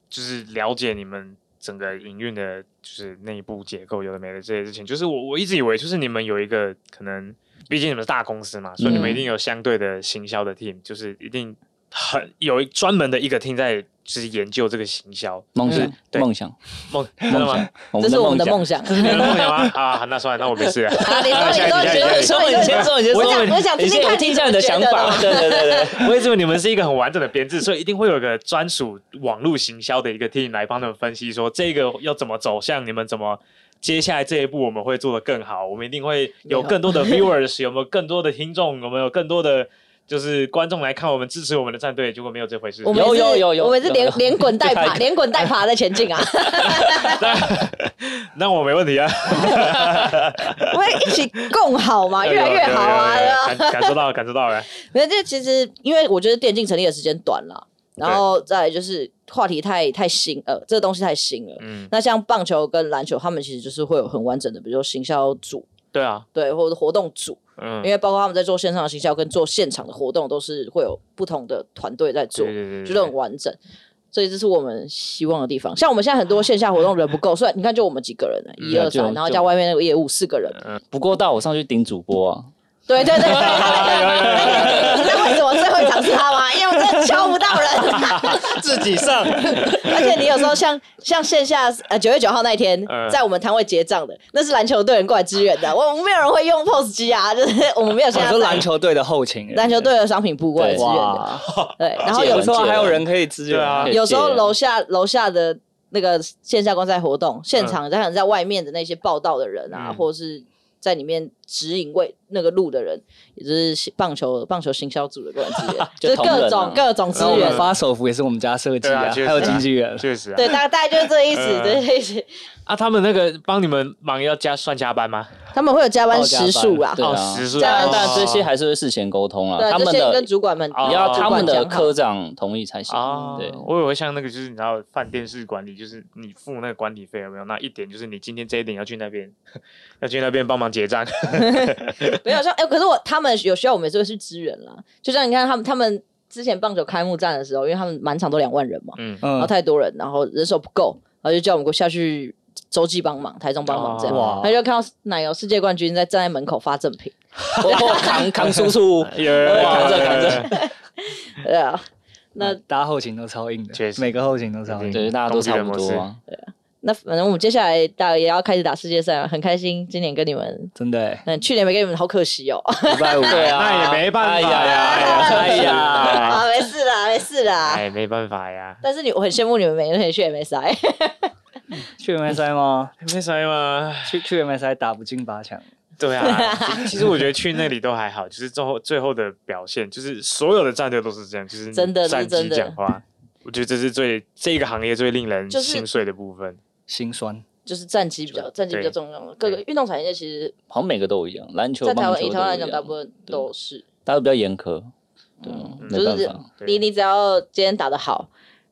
D: 就是了解你们整个营运的，就是内部结构有的没的这些事情，就是我我一直以为就是你们有一个可能，毕竟你们是大公司嘛，所以
A: 嗯
D: 你们一定有相对的行销的 team，、就是一定很有一专门的一个 team 在就是研究这个行销
B: 梦想
A: 嗯，
D: 对
B: 梦想，
D: 梦，真的吗？
B: 我
A: 这
B: 们
A: 是
B: 的
A: 我们
B: 梦
A: 的
B: 想。
A: 梦想。
D: 你
A: 啊，
D: 们的梦想吗？啊，那算了，那我没事了。
A: 你说你说你啊说你说你说，
B: 说，你先
A: 我想我想
B: 你
A: 听听
B: 先
A: 看
B: 我听一下你的
A: 你怎
B: 想
A: 么觉得的
B: 法。对对对对，
D: 我一直以为你们是一个很完整的编制，所以一定会有一个专属网络行销的一个 team 来帮他们分析，说这个要怎么走向，你们怎么接下来这一步我们会做得更好，我们一定会有更多的 viewers，有没有更多的听众，有没有更多的就是观众来看我们支持我们的战队？结果没有这回事。
A: 我们
B: 有
A: 是
B: 有有有
A: 我们是连连滚带
B: 有
A: 爬，
B: 有
A: 连滚带爬的前进啊！
D: 那那我没问题啊，
A: 我们一起共好嘛，越来越好啊！
D: 有有
A: 对吧
D: 有有感感受到了，感受到了。
A: 没有，这其实因为我觉得电竞成立的时间短了，然
D: 对
A: 后再来就是话题太太新，呃，这个东西太新了。
D: 嗯，
A: 那像棒球跟篮球，他们其实就是会有很完整的，比如说行销组，
D: 对啊，
A: 对，或者活动组，
D: 嗯
A: 因，为包括他们在做线上的行销跟做现场的活动，都是会有不同的团队在做
D: 对，对对
A: 觉得很
D: 对，
A: 完整。所以这是我们希望的地方。像我们现在很多线下活动人不
D: 啊
A: 够，所以你看就我们几个人，
D: 嗯
A: 一二
B: 就
A: 三，然后加外面那个业务四个人，
B: 不过到我上去顶主播啊，
A: 对 对对，对他那个那个，你知道为什么最后一场是他吗？因为我真的敲不到人，
D: 自己上，
A: 而且你有时候像像线下呃九月九号那一天
D: 嗯，
A: 在我们摊位结账的，那是篮球队人过来支援的，我们没有人会用 POS 机啊，就是我们没有
C: 我
A: 线下
C: 哦说篮球队的后勤人，
A: 篮球队的商品部过来支援的，
C: 哇，
A: 对，然后
B: 借
A: 有
C: 有
B: 人
C: 时候还有人可以支援
D: 对啊
A: 有时候楼下楼下的。那个线下观赛活动，现
B: 嗯
A: 场在在外面的那些报道的人啊，
D: 嗯
A: 或者是在里面指引位那个路的人，也就是棒球棒球行销组的过来支 援，
B: 就
A: 就是各
B: 同仁
A: 种
B: 啊
A: 各种资
C: 然后我
A: 源
C: 们。发手幅也是我们家设计
D: 对啊
C: 啊，
D: 确
C: 还
D: 实啊
C: 有经纪人，
D: 确实 啊。
A: 对，大大概就是这个意思，
D: 嗯
A: 对，这个意思。
D: 啊，他们那个帮你们忙要加算加班吗？
A: 他们会有加班时数啦，
B: 对啊
D: 哦时 数
B: 当然
A: 哦
B: 当然这些还是会事前沟通啦，
A: 对，
B: 他
A: 就
B: 们
A: 先
B: 的
A: 跟主管们，
D: 哦
B: 你要他们
A: 主
B: 的
A: 管讲好
B: 科长同意才行
D: 啊，。
B: 嗯对，
D: 我以为像那个就是你知道饭店式管理，就是你付那个管理费有没有？那一点就是你今天这一点要去那边， 要去那边帮忙结账。
A: 没有像哎，可是我他们有需要，我们也是会去支援啦。就像你看他们，他们之前棒球开幕战的时候，因为他们满场都两万人嘛，
D: 嗯，
A: 然
C: 嗯
A: 后，太多人，然后人手不够，然后就叫我们下去洲际帮忙、台中帮
D: 哦
A: 忙这样。
C: 哇
A: 他就看到奶油世界冠军在站在门口发赠 品，
B: 我扛扛叔叔，
D: 有有
B: 扛着扛着，
A: 对啊，那
C: 那大家后勤都超硬的
D: 确实，
C: 每个后勤都超硬。
B: 对，大家都差不多啊。
A: 那反正我们接下来大也要开始打世界赛了，很开心今年跟你们，
C: 真的欸，
A: 嗯，去年没跟你们，好可惜哦。
C: 礼 拜五
B: 对啊，
D: 那也没办法
B: 哎
D: 呀
B: 呀哎呀哎呀，
A: 啊， 没事啦，没事啦。
D: 哎，没办法呀，
A: 但是你我很羡慕你们每个人可以去 MSI，
C: 去 MSI 吗？
D: 没啥嘛。
C: 去去 MSI 打不进八强，
D: 对啊，其其实我觉得去那里都还好，就是最后最后的表现，就是所有的战队都是这样，就是
A: 真的
D: 战
A: 这是真
D: 绩
A: 的
D: 讲话。我觉得这是最这个行业最令人
A: 就是
D: 心碎的部分。
C: 心酸。
A: 就是战绩比较战绩比较重要。各个运动产业其实，
B: 好像每个都一样，篮球、
A: 在台
B: 棒
A: 湾
B: 球
A: 以
B: 都
A: 台湾来讲，
B: 一
A: 大
B: 样
A: 部，分都是，
B: 大家都比较严苛，对，
D: 嗯
B: 没
A: 就
B: 办
A: 是
B: 法，
D: 对
A: 你你只要今天打得好，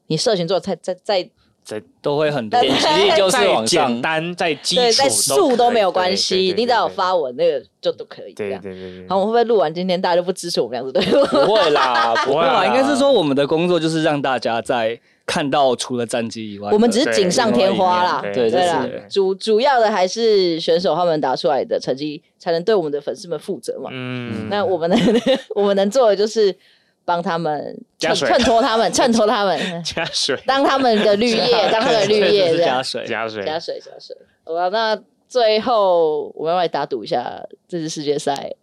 A: 你射型做得再再再
C: 都会很多
A: 但
B: 点击率就是
D: 再
B: 往上
D: 简。单，再基础
A: 对再
D: 可
A: 速
D: 以
A: 都没有关系，你只要有。发
D: 对
A: 文那个就都可以这
D: 对对
A: 样。
D: 对对对对对
A: 好，我们会不会录完今天大家就不支持我们两支队伍？
B: 不会 啦，不会
C: 对
B: 啦，
C: 吧？应该是说我们的工作就是让大家在看到除了战绩以外的，
A: 我们只是锦上添花啦。
D: 对
B: 对
A: 对啦
B: 对，
A: 主主要的还是选手他们打出来的成绩，才能对我们的粉丝们负责嘛。
D: 嗯
A: 那我们能我们能做的就是帮他们
D: 加
A: 衬
D: 水
A: 衬托他们，衬托他 们，
D: 加水，
A: 当他们的绿叶，当他们的绿叶这
C: 确实是加
A: 样。
C: 水。
D: 加水，
A: 加水加水，好吧，那最后我们要来打赌一下这次世界赛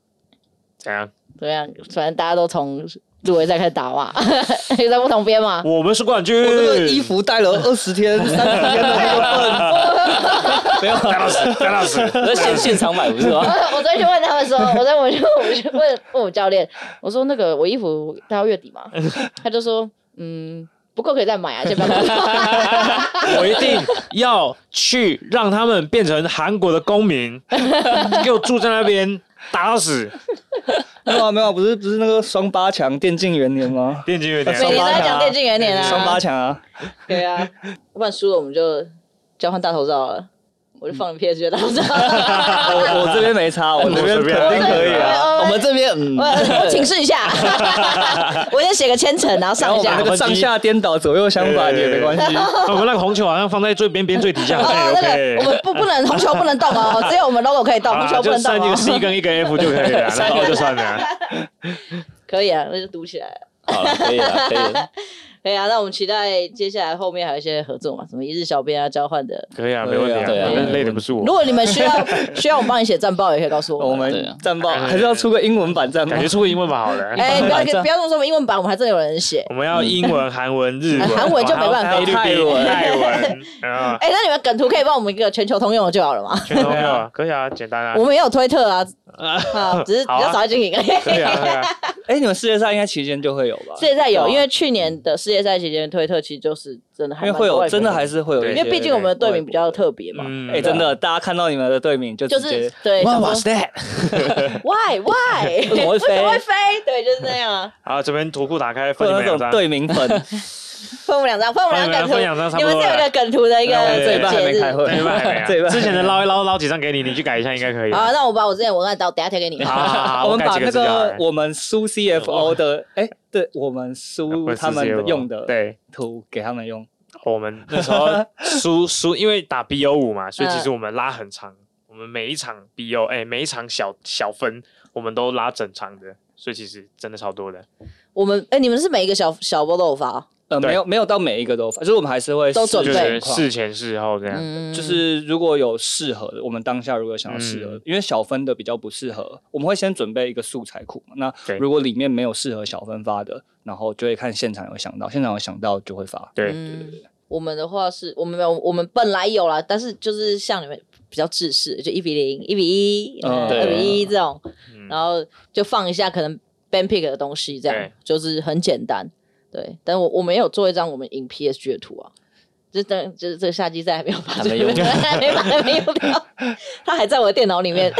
D: 怎样？
A: 怎么样？啊反正大家都从入围赛开始打嘛， 也在不同边嘛。
D: 我们是冠军。
C: 我这个衣服带了二十天、 三十天的那个份，没有啊
D: 戴老 师，戴老师，
B: 那现现场买不是 吗？
A: 我我昨天去问他 们说，我在我就我去问问我教练，我说那个我衣服到月底 嘛，他就说嗯不够可以再 买啊，先不要买。
D: 我一定要去让他们变成韩国的 公民，给我住在那边打到死。
C: 没有啊，没有啊，不是不是那个双八强电竞元年吗？
D: 电竞有点
A: 每年都在讲电竞元年啊，
C: 双八强啊，
A: 对啊，不然输了我们就交换大头照了，我就放了 PSG 的大头照。
C: 我我这边没差，我这边
D: 我随便
C: 肯定可以啊。
A: 我
B: 我们这边嗯
A: 我，我请示一 下，我先写个千层，然后
C: 然
A: 上
C: 后
A: 一
C: 把
A: 下
C: 那。个上下颠倒、左右相反也没关系。
D: 我们那个红球好像放在最边边 最底下，好像也
A: 哦，那个
D: OK
A: 我。们不不能红球不能动哦，只有我们 logo 可以动，
D: 好
A: 红
D: 啦
A: 球不
D: 就
A: 能动
D: 删一个 C
A: 哦。
D: 跟一个 F 就可 以了，然后就算了。
A: 可以啊，那就读起来了。
B: 好了，可以了，可以了。
A: 可以啊，那我们期待接下来后面还有一些合作嘛，什么一日小编啊交换
C: 哦
A: 的。
D: 可以啊，没问题啊，
B: 对啊
D: 反正累的不是
A: 如
D: 我。
A: 果你们需 要需要我帮你写战报，也可以告诉我
C: 我
A: 们。
B: 对啊
C: 们战报还是要出个英文版战报
D: 感，觉出个英文版好了。
A: 哎、不
C: 英文版
A: 要
C: 战
A: 不要跟我说英文版，我们还真的有人写。
D: 我们要英文、韩文、日文，
A: 韩文就没办法
D: 还有菲律宾泰文，啊，
A: 哎、那你们梗图可以帮我们一个全球通用的就好了嘛？
D: 全都没有啊，可以啊，简单啊
A: 我，们也有推特 啊，啊，只是比
D: 好啊
A: 较少在经营而已。
D: 可以啊，可以啊，
C: 哎、你们世界上应该期间就会有吧？
A: 世界赛有，
C: 对啊
A: 因为去年的世界赛期间，推特其实就是真的
C: 因
A: 还
C: 为
A: 蛮多
C: 会有，
A: 外国
C: 真的
A: 人
C: 还是会有一
D: 对
C: 些。
A: 因为毕竟我们的队名比较特别嘛，
D: 嗯
C: 哎、真的，大家看到你们的队名就
A: 就
C: 直接
A: 是对，想说
B: that？
A: why why 为
C: 么会飞
A: 什么会飞？对，就是那样啊。
D: 好，这边图库打开，
C: 会
D: 分你
C: 有
D: 们
C: 那种
D: 两张，
C: 队名粉，
A: 分我们两张，分我们两张
D: 分我们两
A: 梗
D: 张
A: 图，
D: 差
A: 你
D: 不
A: 们
D: 多
A: 是有一个梗图的一个
D: 那我们
C: 这一半还没开会，
D: 这一半还 没啊，
C: 这一半
D: 之前的捞一捞，捞几张给你，你去改一下，应该可
A: 节
D: 以。
A: 日好，那我把我之前的文案到等一下贴给你。
D: 好好好好
C: 我们
D: 改
C: 把
D: 几
C: 那
D: 字就好了
C: 个我们苏 CFO 的，哎、对我们
D: 我
C: 苏
D: 们
C: 他们
D: CFO
C: 用的
D: 对，
C: 图给他们用，
D: 我们那时候输输，因为打 BO 五嘛，所以其实我们拉很长，我们每一场 BO 哎、每一场小小分，我们都拉整场的，所以其实真的超多的。
A: 我们哎，你们是每一个小小波都有发哦，
C: 呃，
D: 对
C: 没有没有到每一个都发，就是我们还是会
A: 都
C: 视
A: 准
D: 就
A: 备
C: 情
D: 是
C: 况
D: 事前事后这样。
A: 嗯，
C: 就是如果有适合的，我们当下如果想要适合，
D: 嗯
C: 因为小分的比较不适合，我们会先准备一个素材库嘛。那
D: 对
C: 如果里面没有适合小分发的，然后就会看现场有想到，现场有想到就会发。
D: 对，
A: 嗯，我们的话是我们没有，我们本来有啦，但是就是像你们比较制式，就一比零、一比一、
C: 嗯
A: 二比一这种，
D: 嗯
A: 然后就放一下可能 band pick 的东西，这样
D: 对
A: 就是很简单。对，但我我们也有做一张我们赢 PSG 的图啊，就等就是这个夏季赛还没有发
B: 还
A: 出来，
B: 没用
A: 还没把还没用掉， 它还在我的电脑里面，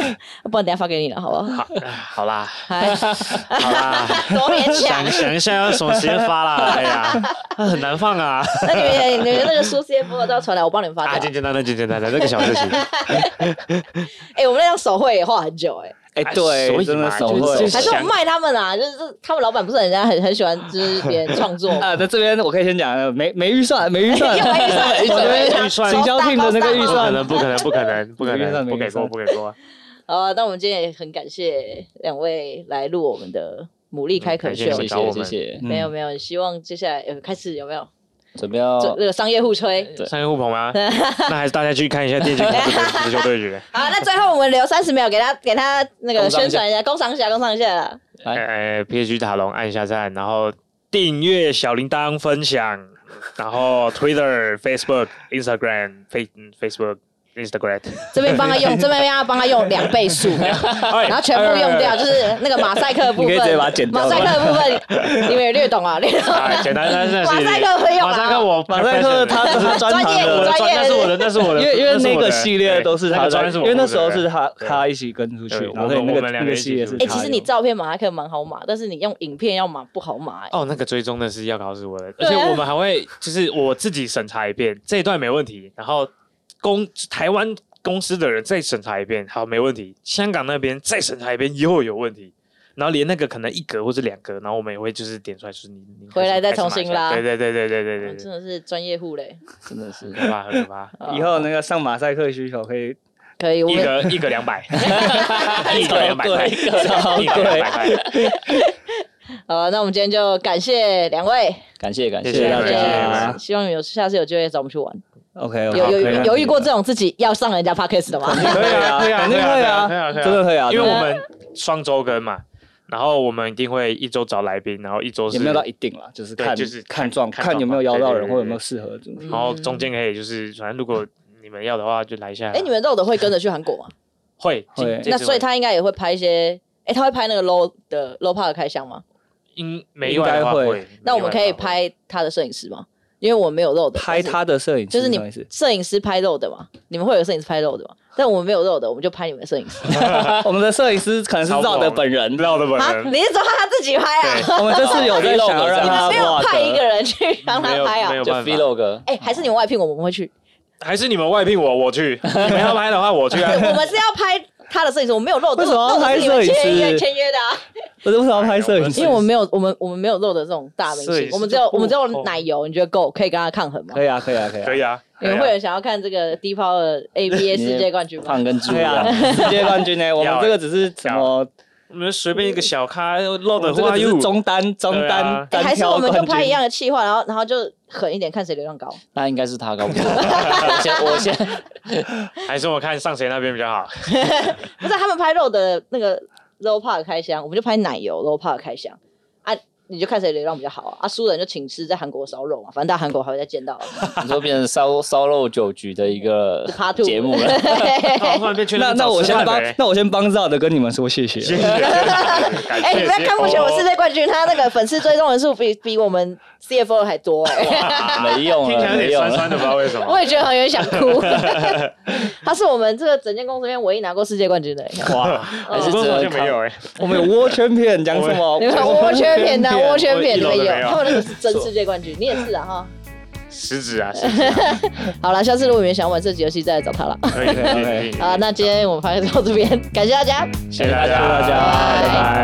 A: 不然等一下发给你了，好不好？
D: 好啦，
A: 哎，，
D: 好啦
A: 多勉强啊
D: 想。想一下要什么时间发啦？哎呀，那很难放啊！
A: 那你们也你们那个苏 CFO 照传来，我帮你们发
D: 啊，
A: 掉。
D: 简简单单，简简单单，那个小事情，
A: 哎、我们那张手绘也画很久哎、
C: 哎、
D: 哎
C: 对，
D: 所以
C: 真的
D: 嘛
C: 手
D: 就
C: 绘
D: 是
A: 还是我
D: 想
A: 卖他们啊？就是这他们老板不是人家很很喜欢，就是别人创 作
C: 啊。在这边我可以先讲了，没没预算，没预算，
A: 又 没预算
C: 我这边
D: 预算
C: 行销 team 的那个预
D: 不可
C: 算
D: 能，不可能，不可能，不可
C: 没预算
D: 能，
C: 没
D: 不给
C: 预算
D: 过，不给过。
A: 好啊，那我们今天也很感谢两位来录我们的牡蛎开口
D: 嗯感
A: 秀。
D: 谢
B: 谢
D: 找我
B: 谢
D: 们
B: 谢谢，
A: 没
C: 嗯
A: 有没有，希望接下来有开始有没有
B: 准备
C: 哦
B: 要
A: 这那个商业互吹？
B: 对
D: 商业互捧吗？那还是大家去看一下电竞公司的足球对决。
A: 好，那最后我们留三十秒给他给他那个
B: 工商一下
A: 宣传一下，工商一下，工商一下啦。
B: 来
D: 呃，PH 塔龙按一下赞，然后订阅小铃铛分享， 然后 Twitter、Facebook、Instagram、Face Facebook、Instagram，
A: 这边帮他 用，这边要帮他用两倍速，
C: 哎
A: 然后全部用掉，就是那个马赛克的部
C: 你可以直接把它
A: 分
C: 剪，掉
A: 马赛克的部 分，你们也略懂啊，略懂啊。
D: 哎，简单单的
A: 马
D: 是
A: 赛克会用啊
D: 马赛克我
C: 马赛克他只是专长
A: 专业
D: 我
C: 的
A: 专
D: 的。专那是我的，那是我的，
C: 因为因为
D: 是
C: 那
D: 我
C: 个
D: 的
C: 系列都是
D: 对
C: 他的
D: 那个专业是我
C: 因
D: 负责的，
C: 为那时候是他
D: 对
C: 他一起跟出去
D: 对，
C: 然后
D: 我们
C: 那
D: 我
C: 个
D: 们两
C: 那
D: 个
C: 个
D: 一
C: 系
D: 起
C: 列
D: 出
C: 是
D: 去
A: 哎、
C: 他
A: 其实你
C: 用
A: 照片马赛克蛮好码，但是你用影片要码不好码、欸。
D: 哦，那个追踪的是要考死我的，而
A: 对
D: 且
A: 啊
D: 我们还会就是我自己审查一遍，这一段没问题，然后公台湾公司的人再审查一遍，好没问题，香港那边再审查一遍又有问题。然后连那个可能一格或者两格，然后我们也会就是点出来，就是你你
A: 回来再
D: 开始
A: 重新
D: 码一下
A: 拉哦
D: 对对对对对
A: 我
D: 对
C: 哎
A: 们
D: 对
A: 真
D: 对，
A: 的是专业户嘞，
B: 真的是
D: 很可怕很可怕，
A: 啊
C: 以后那个上马赛克需求可以
A: 哦可 以，我
D: 一
A: 们
D: 格一格两 百，一格两百块，
C: 超贵超贵
D: 一格两百块，
A: 呃，那我们今天就感谢两位，
B: 感谢感
D: 谢
B: 谢
D: 谢
C: 大
D: 大
C: 家
D: 家，
A: 希望有下次有机会找我们去玩。
C: OK，
A: 有有
D: 可以啊
A: 有犹豫过这种自己要上人家 podcast 的吗？
C: 可以啊，
D: 可以啊
C: 肯定可以
D: 可以
C: 啊，
D: 啊可以啊
C: 真的可以啊，
D: 因为
C: 真的
D: 我们
A: 呃
D: 双周更嘛，然后我们一定会一周找来宾，然后一周是
C: 也没有到一定啦，就是
D: 对
C: 看
D: 就是
C: 看状
D: 看
C: 看有没有
D: 状
C: 邀
D: 况
C: 到
D: 对
C: 人
D: 对
C: 或
D: 对
C: 有没有适合的。
A: 嗯
D: 然后中间可以就是，反正如果你们要的话就来一下啦。
A: 哎、你们肉的会跟着去韩国 吗？
D: 会
C: 会
D: 今这
A: 那
D: 次
A: 所以
D: 会
A: 他应该也会拍一些，哎、他会拍那个 low 的 low part 的开箱吗？
D: 应没意外的话
C: 应该会
D: 会。
A: 那我们可以
D: 没意外的话会
A: 拍他的摄影师吗？因为我没有肉的，
C: 拍他的摄影师
A: 就是你
C: 什么意思
A: 摄影师拍肉的嘛，你们会有摄影师拍肉的嘛？但我们没有肉的，我们就拍你们的摄影 师
C: 我们的摄影师可能是
D: 超不
C: 照的
D: 红
C: 本人，
D: 绕的本
A: 啊？
D: 人
A: 你是说他自己拍啊？
C: 我们这次有在想要让 他
A: 没有
C: 画
A: 派一个
C: 的，
A: 人去帮他拍
D: 没有
A: 啊？
B: 就
D: 办法
B: vlog，
A: 哎、还是你们外聘我们我们会去，
D: 还是你们外聘我，我去。你们要拍的话，我去啊。
A: 我们是要拍他的摄影师，我没有漏，
C: 为什么要
A: 漏的
C: 拍
A: 是你们
C: 摄影
A: 签约
C: 师
A: 签约的啊？
C: 我都不知道拍摄影师
A: 因为我们没有，我们我们没有漏的这种大明
D: 摄
A: 星
D: 影，师
A: 我们只有
D: 就不
A: 我们只有奶油，你觉得够可以跟他抗衡吗？
C: 可以啊，可以啊，可以啊，
D: 可以啊，
A: 你们会有人想要看这个低抛的 ABA 世界冠军吗
B: 胖？跟猪一
C: 对啊
B: 样，，
C: 世界冠军呢、我们这个只是什么？
D: 我们随便一个小咖漏
C: 我
D: 的
C: 们这
D: 话
C: 个只
D: 又
C: 是中单，中
D: 对啊
C: 单
A: 哎还是
C: 单挑
A: 我们就
C: 冠
A: 拍一
C: 军。
A: 样的气话，然后然后就狠一点，看谁流量高。
B: 那应该是他高不好？ 我先我先
D: 还是我看上谁那边比较好。
A: 不是他们拍肉的那个 low part 开箱，我们就拍奶油 low part 开箱啊，你就看谁流量比较好啊。啊，输的人就请吃在韩国烧肉嘛，反正到韩国还会再见到。
B: 你说变成烧烧肉酒局的一个
A: Part two
B: 节目了，
D: 那我突然变去
C: 那那
D: 找
C: 我
D: 吃
C: 先
D: 饭的
C: 帮
D: 欸，
C: 那我先帮赵的跟你们说谢谢。
D: 谢谢。感
A: 哎、
D: 谢
A: 你不要看不起我们世
D: 谢谢
A: 界冠军，他那个粉丝追踪人数比比我们 CFO 还多哎、
B: 没
A: 哦
B: 用
D: 听起
B: 了，
D: 来有
B: 没
D: 点
B: 用
D: 酸
B: 了
D: 酸。的，不知道为什
A: 我
D: 么。
A: 也觉得很有点想哭。他是我们这个整间公司里面唯一拿过世界冠军的人。
C: 哇，
B: 还是
D: 我
B: 只
D: 们好
B: 能
D: 像没有哎，
C: 我们有 World Champion 讲 什么？
A: 你们窝圈片呐，窝圈片你
D: 我
A: 们
D: 一楼
A: 有，
D: 都没 有
A: 他们那个是真世界冠军，你也是啊哈。
D: 食指啊， 食指啊，
A: 好了，下次如果你们想玩这集游戏，再来找他了。
D: 可以可以可以可以。
A: 好，那今天我们发现到这边，感谢大家。
D: 谢谢
B: 谢
D: 大家，
B: 谢大家
A: 拜拜
D: 拜拜